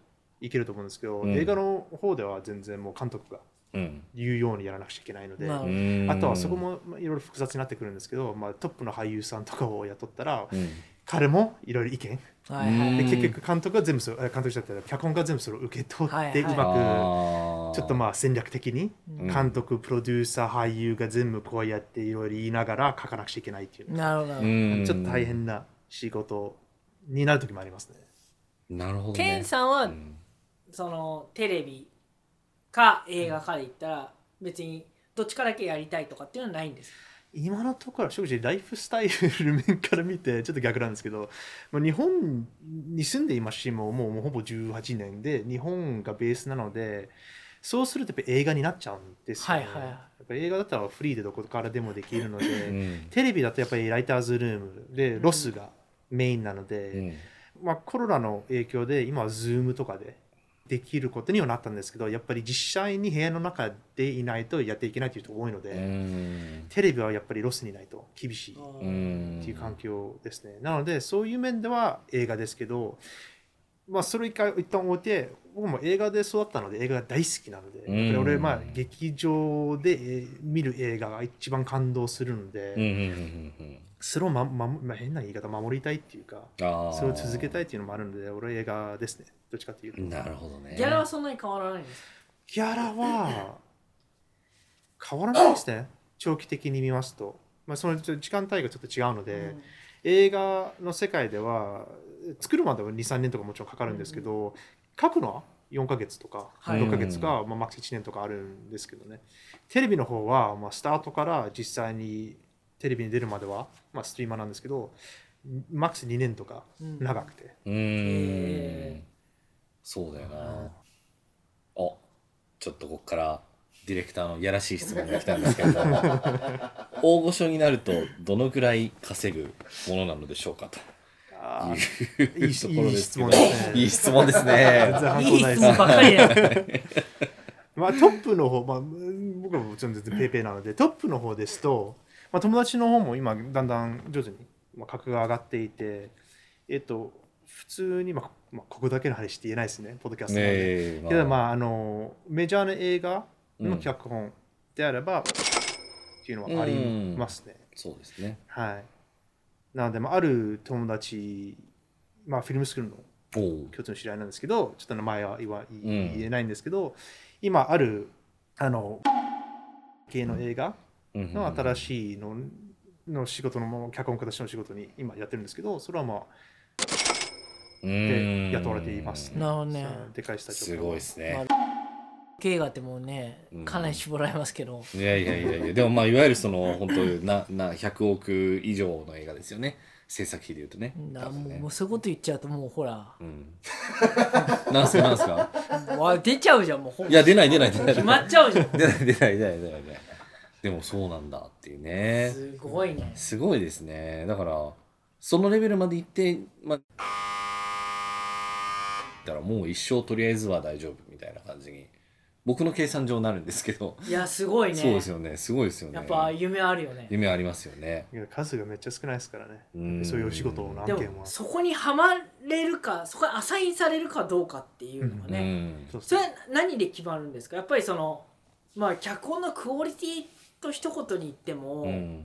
Speaker 5: いけると思うんですけど、
Speaker 4: うん
Speaker 5: 映画の方では全然もう監督が
Speaker 4: うん
Speaker 5: 言うようにやらなくちゃいけないので、
Speaker 3: なるほど
Speaker 4: うん
Speaker 5: あとはそこもまあいろいろ複雑になってくるんですけど、まあ、トップの俳優さんとかを雇ったら
Speaker 4: うん
Speaker 5: 彼もいろいろ意見
Speaker 3: はいはい
Speaker 4: うん
Speaker 5: で結局監督が全部それあ監督じゃったら脚本が全部それを受け取
Speaker 3: はい
Speaker 5: っ
Speaker 3: はい
Speaker 5: てうま
Speaker 4: あ
Speaker 5: く
Speaker 4: ー
Speaker 5: ちょっとまあ戦略的に
Speaker 4: うん
Speaker 5: 監督プロデューサー俳優が全部こうやっていろいろ言いながら書かなくちゃいけないっていう、
Speaker 3: なるほどなるほど、
Speaker 4: うん
Speaker 5: ちょっと大変な仕事になる時もありますね。
Speaker 4: なるほどね
Speaker 3: ケンさんは、
Speaker 4: うん
Speaker 3: そのテレビか映画かで言ったら別にどっちかだけやりたいとかっていうのはないんですか
Speaker 5: 今のところは正直ライフスタイル面から見てちょっと逆なんですけどまあ日本に住んでいますしもうもうもうほぼ18年で日本がベースなのでそうするとやっぱ映画になっちゃうんですよ、ね
Speaker 3: はいはいはい
Speaker 5: やっぱ映画だったらフリーでどこからでもできるの
Speaker 4: う
Speaker 5: で
Speaker 4: ん
Speaker 5: テレビだとやっぱりライターズルームでロスがメインなので、
Speaker 4: うん
Speaker 5: まあ、コロナの影響で今は Zoom とかでできることにはなったんですけどやっぱり実際に部屋の中でいないとやっていけないという人が多いので。
Speaker 4: うん
Speaker 5: テレビはやっぱりロスにないと厳しいっ
Speaker 4: うん
Speaker 5: ていう環境ですね。なのでそういう面では映画ですけど、まあ、それ一回一旦置いて僕も映画で育ったので映画が大好きなので、
Speaker 4: うん
Speaker 5: やっぱり俺まあ劇場でえー見る映画が一番感動するので、
Speaker 4: うんうんうんうん
Speaker 5: それを、まままあ、変な言い方守りたいっていうか
Speaker 4: あー
Speaker 5: それを続けたいっていうのもあるので俺は映画ですねどっちかっていうと。
Speaker 4: なるほどね
Speaker 3: ギャラはそんなに変わらないんですか
Speaker 5: ギャラは変わらないですね長期的に見ますと、まあ、その時間帯がちょっと違うので。
Speaker 3: うん
Speaker 5: 映画の世界では作るまでは23年とかもちろんかかるんですけど、書くのは4ヶ月とか
Speaker 3: はい
Speaker 5: 6ヶ月か、まあ、マックス1年とかあるんですけどねテレビの方は、まあ、スタートから実際にテレビに出るまでは、まあ、ストリーマーなんですけどマックス2年とか
Speaker 3: うん
Speaker 5: 長くて、
Speaker 4: うー
Speaker 3: え
Speaker 4: んそうだよなおちょっとこっからディレクターのやらしい質問が来たんですけれども大御所になるとどのくらい稼ぐものなのでしょうかと
Speaker 5: や
Speaker 4: い
Speaker 5: ー
Speaker 4: うところですけど
Speaker 5: いい質問ですね
Speaker 4: いい質問です ね。
Speaker 5: ー
Speaker 3: いい質問ばっかりだよ。
Speaker 5: まあ、トップの方、まあ、僕らもちろん全然ペイペイなのでトップの方ですと、まあ、友達の方も今だんだん徐々にまあ格が上がっていてえっと普通に、まあまあ、ここだけの話って言えないですねポッドキャストなので、
Speaker 4: え
Speaker 5: けどまああのメジャーの映画の脚本であれば、っていうのはありますね、
Speaker 4: そうですね。
Speaker 5: はいなので、まあ、ある友達まあフィルムスクールの
Speaker 4: おお。
Speaker 5: 共通の知り合いなんですけどちょっと名前は言わ言
Speaker 4: うん
Speaker 5: 言えないんですけど、今あるあの系の映画の新
Speaker 4: い。
Speaker 5: しいの,、の仕事の脚本家としての仕事に今やってるんですけどそれはまあで雇われています
Speaker 3: なるほどね。
Speaker 5: そのでかいスタジ
Speaker 4: す
Speaker 5: オ
Speaker 4: ごいですね。
Speaker 3: 映画ってもうね
Speaker 4: うん、
Speaker 3: かなり絞られますけど、
Speaker 4: いやいやいやいや、でもまあ、いわゆるそ の、本当な、な、100億以上の映画ですよね。制作費でいうとね。
Speaker 3: な
Speaker 4: 多分
Speaker 3: もう
Speaker 4: ね
Speaker 3: もうそういうこと言っちゃうともうほら、
Speaker 4: うん。なん すか、なんすか。
Speaker 3: わ出ちゃうじゃん、もうほぼ
Speaker 4: いや、出ない、出ない、出ない。
Speaker 3: 決まっちゃうじゃん。
Speaker 4: 出ない、出ない、出ない、出ない。出ないでも、そうなんだっていうね。
Speaker 3: すごいね。
Speaker 4: すごいですね。だから、そのレベルまで行って、まあ、だからもう一生とりあえずは大丈夫みたいな感じに、僕の計算上なるんですけど、
Speaker 3: いや、すごいね。
Speaker 4: そうですよね。すごいですよね。
Speaker 3: やっぱ夢あるよね。
Speaker 4: 夢ありますよね。
Speaker 5: いや数がめっちゃ少ないですからね、
Speaker 4: うん
Speaker 5: そういうお仕事の案
Speaker 3: で
Speaker 5: 件
Speaker 3: も
Speaker 5: は
Speaker 3: そこにはまれるかそこにアサインされるかどうかっていうのがね、
Speaker 4: うん
Speaker 5: そう
Speaker 3: それは何で決まるんですかやっぱりそのまあ脚本のクオリティと一言に言っても、
Speaker 4: うん。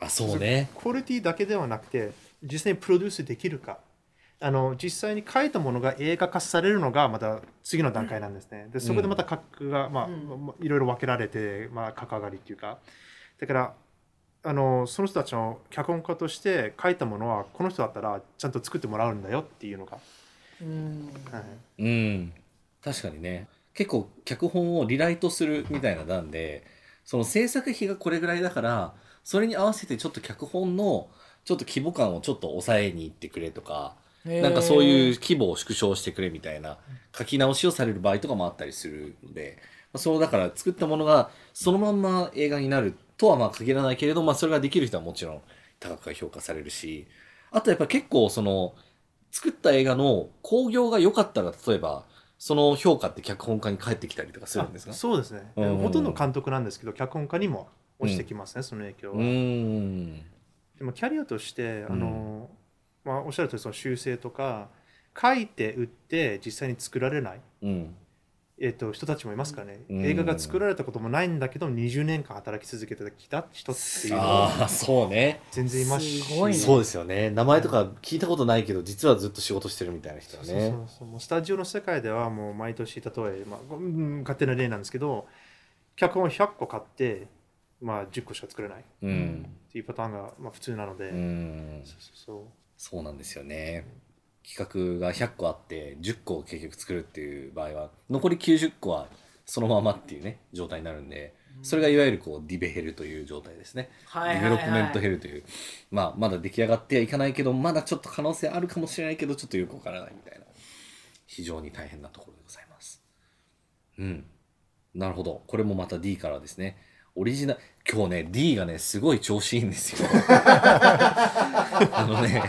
Speaker 4: あ、そうね。
Speaker 5: クオリティだけではなくて実際にプロデュースできるかあの実際に書いたものが映画化されるのがまた次の段階なんですね、でそこでまた格が、まあ
Speaker 3: うん
Speaker 5: まあいろいろ分けられて、まあ、格上がりっていうかだからあのその人たちの脚本家として書いたものはこの人だったらちゃんと作ってもらうんだよっていうのが、
Speaker 3: うん
Speaker 5: はい
Speaker 4: うん。確かにね。結構、脚本をリライトするみたいな段で、その制作費がこれぐらいだから、それに合わせてちょっと脚本の、ちょっと規模感をちょっと抑えに行ってくれとか、なんかそういう規模を縮小してくれみたいな書き直しをされる場合とかもあったりするので、まあ、そうだから作ったものがそのまんま映画になるとはまあ限らないけれど、まあ、それができる人はもちろん高く評価されるしあとやっぱ結構その作った映画の興行が良かったら例えばその評価って脚本家に返ってきたりとかするんですか
Speaker 5: あそうですね、
Speaker 4: うん
Speaker 5: ほとんど監督なんですけど脚本家にも落ちてきますね、その影響は。
Speaker 4: うーん
Speaker 5: でもキャリアとして、
Speaker 4: うん
Speaker 5: あのまあ、おっしゃるとおりその修正とか書いて売って実際に作られない、
Speaker 4: うん
Speaker 5: えっと人たちもいますからね、
Speaker 4: うん
Speaker 5: 映画が作られたこともないんだけど20年間働き続けてきた人っていうの
Speaker 4: あ
Speaker 5: は
Speaker 4: あそうね
Speaker 5: 全然いますし
Speaker 3: すごいね
Speaker 4: そうですよね名前とか聞いたことないけど実はずっと仕事してるみたいな人
Speaker 5: そ
Speaker 4: は
Speaker 5: う
Speaker 4: ね
Speaker 5: そうそうそうもうスタジオの世界ではもう毎年例え、まあ、ごうん勝手な例なんですけど脚本を100個買って、まあ、10個しか作れないっ
Speaker 4: うん
Speaker 5: ていうパターンが、まあ、普通なので、
Speaker 4: うん
Speaker 5: そうそうそう
Speaker 4: そうなんですよね。企画が100個あって10個を結局作るっていう場合は残り90個はそのままっていうね状態になるんでそれがいわゆるこうディベヘルという状態ですね。
Speaker 3: は
Speaker 4: デ
Speaker 3: いはい
Speaker 4: ィベ
Speaker 3: はい
Speaker 4: ロップメントヘルというまあまだ出来上がってはいかないけどまだちょっと可能性あるかもしれないけどちょっとよくわからないみたいな非常に大変なところでございます。うん。なるほど。これもまた D からですね。オリジナル、今日ね、D がね、すごい調子いいんですよ。 あのね、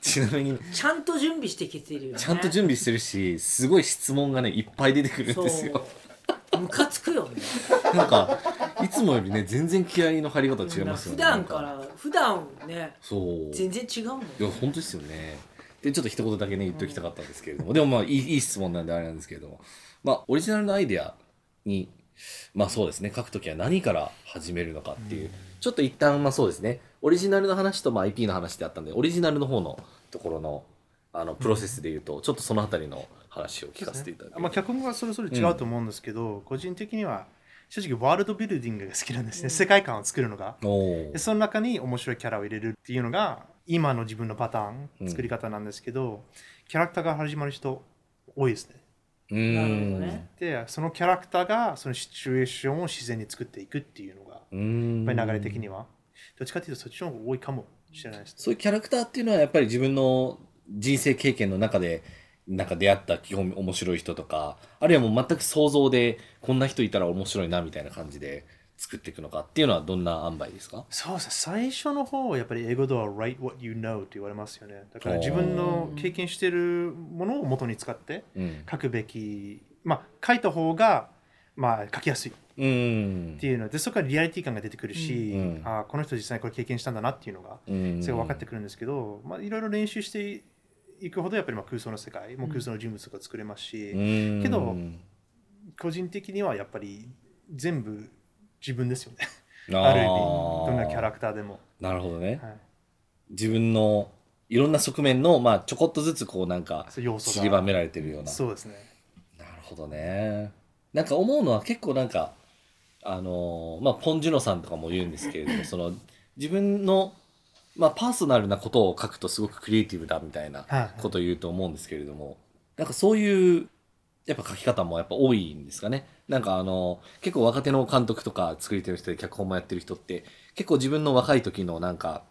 Speaker 4: ちなみに、
Speaker 3: ちゃんと準備してきてるよね
Speaker 4: ちゃんと準備してるし、すごい質問がね、いっぱい出てくるんですよ。
Speaker 3: そうムカつくよね
Speaker 4: なんか、いつもよりね、全然気合いの張り方違います
Speaker 3: 普
Speaker 4: よね。
Speaker 3: 段か
Speaker 4: なん。
Speaker 3: ら普段ね
Speaker 4: そう。
Speaker 3: 全然違うもん
Speaker 4: いや、本当ですよね。で、ちょっと一言だけね、言っておきたかったんですけれども、でもまあいい、いい質問なんであれなんですけれども、まあ、オリジナルのアイデアに、まあそうですね、書くときは何から始めるのかっていう、ちょっと一旦、まあそうですね、オリジナルの話とまあ IP の話であったんで、オリジナルの方のところの、あの、プロセスで言うと、ちょっとそのあたりの話を聞かせていただき
Speaker 5: まあ、脚本はそれぞれ違うと思うんですけど、個人的には正直ワールドビルディングが好きなんです
Speaker 3: う
Speaker 5: ね、
Speaker 3: ん
Speaker 5: 世界観を作るのが
Speaker 4: おお
Speaker 5: でその中に面白いキャラを入れるっていうのが今の自分のパター
Speaker 4: う
Speaker 5: ン
Speaker 4: ん
Speaker 5: 作り方なんですけど、キャラクターが始まる人多いですね
Speaker 4: う
Speaker 3: なるほ
Speaker 4: ん。
Speaker 3: どね
Speaker 5: でそのキャラクターがそのシチュエーションを自然に作っていくっていうのが
Speaker 4: うーん。
Speaker 5: やっぱり流れ的にはどっちかっていうとそっちの方が多いかもしれないですね
Speaker 4: そういうキャラクターっていうのはやっぱり自分の人生経験の中でなんか出会った基本面白い人とかあるいはもう全く想像でこんな人いたら面白いなみたいな感じで作っていくのかっていうのはどんな塩梅ですか
Speaker 5: そうですね最初の方はやっぱり英語では write what you know って言われますよねだから自分の経験してるものを元に使って
Speaker 4: うん。
Speaker 5: 書くべきまあ書いた方がまあ書きやすいっ
Speaker 4: うん
Speaker 5: ていうのでそこからリアリティ感が出てくるし、
Speaker 4: うん
Speaker 5: ああこの人実際にこれ経験したんだなっていうのが
Speaker 4: うん
Speaker 5: それが分かってくるんですけど、まあ、いろいろ練習していくほどやっぱりまあ空想の世界もう空想の人物とか作れますし、
Speaker 4: うん
Speaker 5: けど個人的にはやっぱり全部自分ですよねある意味どんなキャラクターでも、
Speaker 4: なるほどね。
Speaker 5: はい
Speaker 4: 自分のいろんな側面の、まあ、ちょこっとずつこうなんか
Speaker 5: そう要素が
Speaker 4: 散りばめられてるような。
Speaker 5: そうですね
Speaker 4: なるほどね。なんか思うのは結構なんか、あのーまあ、ポン・ジュノさんとかも言うんですけれども、その、自分の、まあ、パーソナルなことを書くとすごくクリエイティブだみたいな
Speaker 5: はい
Speaker 4: ことを言うと思うんですけれども、なんかそういう、やっぱ書き方もやっぱ多いんですかね。なんかあの、結構若手の監督とか作り手の人で脚本もやってる人って、結構自分の若い時のなんか、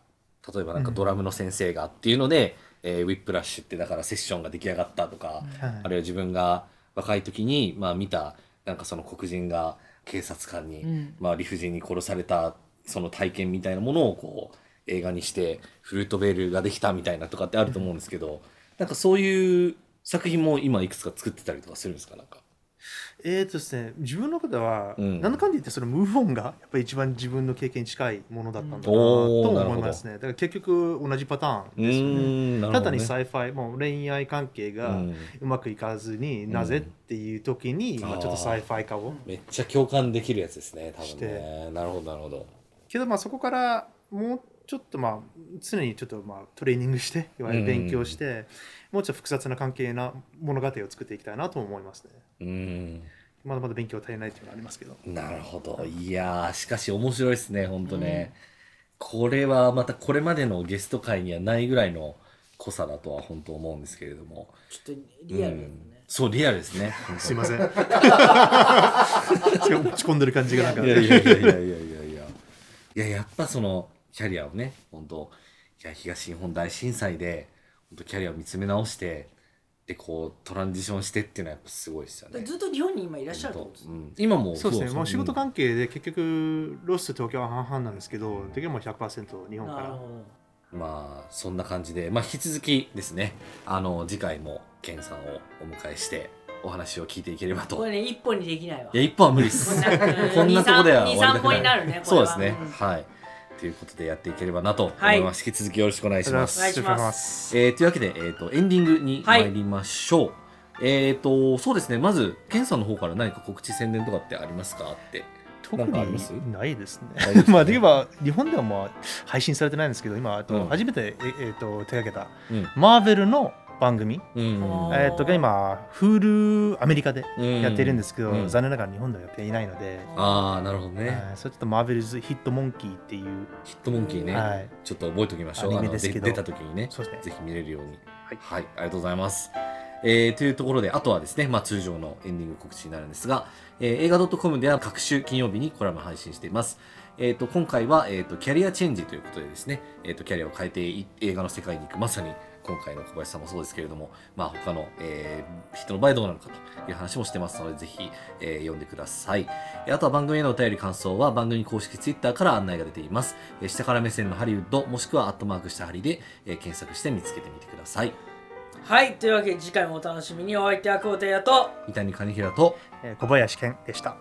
Speaker 4: 例えばなんかドラムの先生がっていうので、えーウィップラッシュってだからセッションが出来上がったとか、
Speaker 5: はい
Speaker 4: あるいは自分が若い時に、まあ、見たなんかその黒人が警察官に、
Speaker 3: うん
Speaker 4: まあ、理不尽に殺されたその体験みたいなものをこう映画にしてフルートベールができたみたいなとかってあると思うんですけど、なんかそういう作品も今いくつか作ってたりとかするんですかなんか。
Speaker 5: えーとですね、自分の中では、
Speaker 4: うん
Speaker 5: なんだかんだ言ってそのムーブオンがやっぱり一番自分の経験に近いものだったんだなと
Speaker 4: うんおー
Speaker 5: 思いますね。だから結局同じパターンですよ
Speaker 4: な
Speaker 5: ね。ただにサイファイもう恋愛関係
Speaker 4: う
Speaker 5: が
Speaker 4: ん
Speaker 5: うまくいかずに、なぜっていう時に、まあ、ちょっとサイファイ化を。
Speaker 4: めっちゃ共感できるやつですね多
Speaker 5: し
Speaker 4: 分ね
Speaker 5: て
Speaker 4: なるほどなるほど
Speaker 5: けどまあそこからもうちょっとまあ常にちょっとまあトレーニングしていわゆる勉強して、もうちょっと複雑な関係な物語を作っていきたいなとも思いますね。
Speaker 4: うん
Speaker 5: まだまだ勉強足りないっていうのはありますけど。
Speaker 4: なるほど。いやー、しかし面白いですね、ほんとね。これはまたこれまでのゲスト会にはないぐらいの濃さだとは本当思うんですけれども。
Speaker 3: ちょっとリアルだも
Speaker 4: うん
Speaker 3: んね、
Speaker 4: そう、リアルですね。
Speaker 5: すいま せん。すごい落ち込んでる感じがなんか
Speaker 4: い。やいやいやいやいやいやいや。いや、やっぱその、キャリアをね、本当いや、東日本大震災で、本当キャリアを見つめ直して、で、こう、トランジションしてっていうのはやっぱすごいですよ
Speaker 3: だから
Speaker 4: ね。
Speaker 3: ずっと日本に今いらっしゃるってことです
Speaker 4: う
Speaker 3: ね
Speaker 4: ん、今も
Speaker 5: そうですね。もう仕事
Speaker 4: 関
Speaker 5: 関係で結局ロス東京は半々なんですけど、できもう100%日本か
Speaker 3: なる
Speaker 5: ら
Speaker 3: ほど
Speaker 4: まあそんな感じで、まあ、引き続きですねあの次回もケンさんをお迎えしてお話を聞いていければ
Speaker 3: ことれ
Speaker 4: い
Speaker 3: ね一本にできないわ
Speaker 4: や一本は無 理ですこんなとこでは終わりたく
Speaker 3: 23になるねこれは
Speaker 4: そうですね
Speaker 3: うん
Speaker 4: はいということでやっていければなと思
Speaker 3: はい
Speaker 4: います、引き続きよろしくお願いし
Speaker 5: お願
Speaker 4: ま
Speaker 5: い
Speaker 4: す
Speaker 5: し
Speaker 3: お願いし
Speaker 5: お願いし
Speaker 3: ま
Speaker 5: ます
Speaker 4: えーというわけで、えー、とエンディングに
Speaker 3: はい
Speaker 4: 参りましょう、えっ、とそうですねまずケンさんの方から何か告知宣伝とかってありますかって
Speaker 5: 特
Speaker 4: なんかあります
Speaker 5: にないですね
Speaker 4: 大丈夫です。か
Speaker 5: まあできれば日本ではまあ配信されてないんですけど、今あ
Speaker 4: うん
Speaker 5: と初めてええっと手掛けた
Speaker 4: うん
Speaker 5: マーベルの番組
Speaker 4: う
Speaker 3: あ
Speaker 4: ん
Speaker 3: ー
Speaker 5: えっとが今 Hulu アメリカでやってるんですすけ
Speaker 4: う
Speaker 5: ど、
Speaker 4: ん
Speaker 5: 残念ながら日本ではやっていないので。
Speaker 4: ああなるほどね、
Speaker 5: はいそれちょっとマーベルズ・ヒット・モンキーっていう、
Speaker 4: ヒットモンキーね、
Speaker 5: はい
Speaker 4: ちょっと覚えておきましょうあ
Speaker 5: アニメ
Speaker 4: の
Speaker 5: です
Speaker 4: で
Speaker 5: けど
Speaker 4: 出た時にね
Speaker 5: そうですね
Speaker 4: ぜひ見れるようにはい、ありがとうございますえーというところで、あとはですね、まあ、通常のエンディング告知になるんですが、えー映画 .com では各週金曜日にコラム配信しています。えー、と今回は、えー、とキャリアチェンジということでですね、えー、とキャリアを変えてい映画の世界に行く、まさに今回の小林さんもそうですけれども、まあ、他の、えー人の場合どうなのかという話もしてますので、ぜひ、えー読んでください。えーあとは番組へのお便り感想は番組公式 Twitter から案内が出ています。えー下から目線のハリウッド、もしくはアットマークしたハリで、えー検索して見つけてみてください。
Speaker 3: はいというわけで次回もお楽しみにお相手は久保田と
Speaker 4: 三谷兼平と
Speaker 5: えー小林健でした。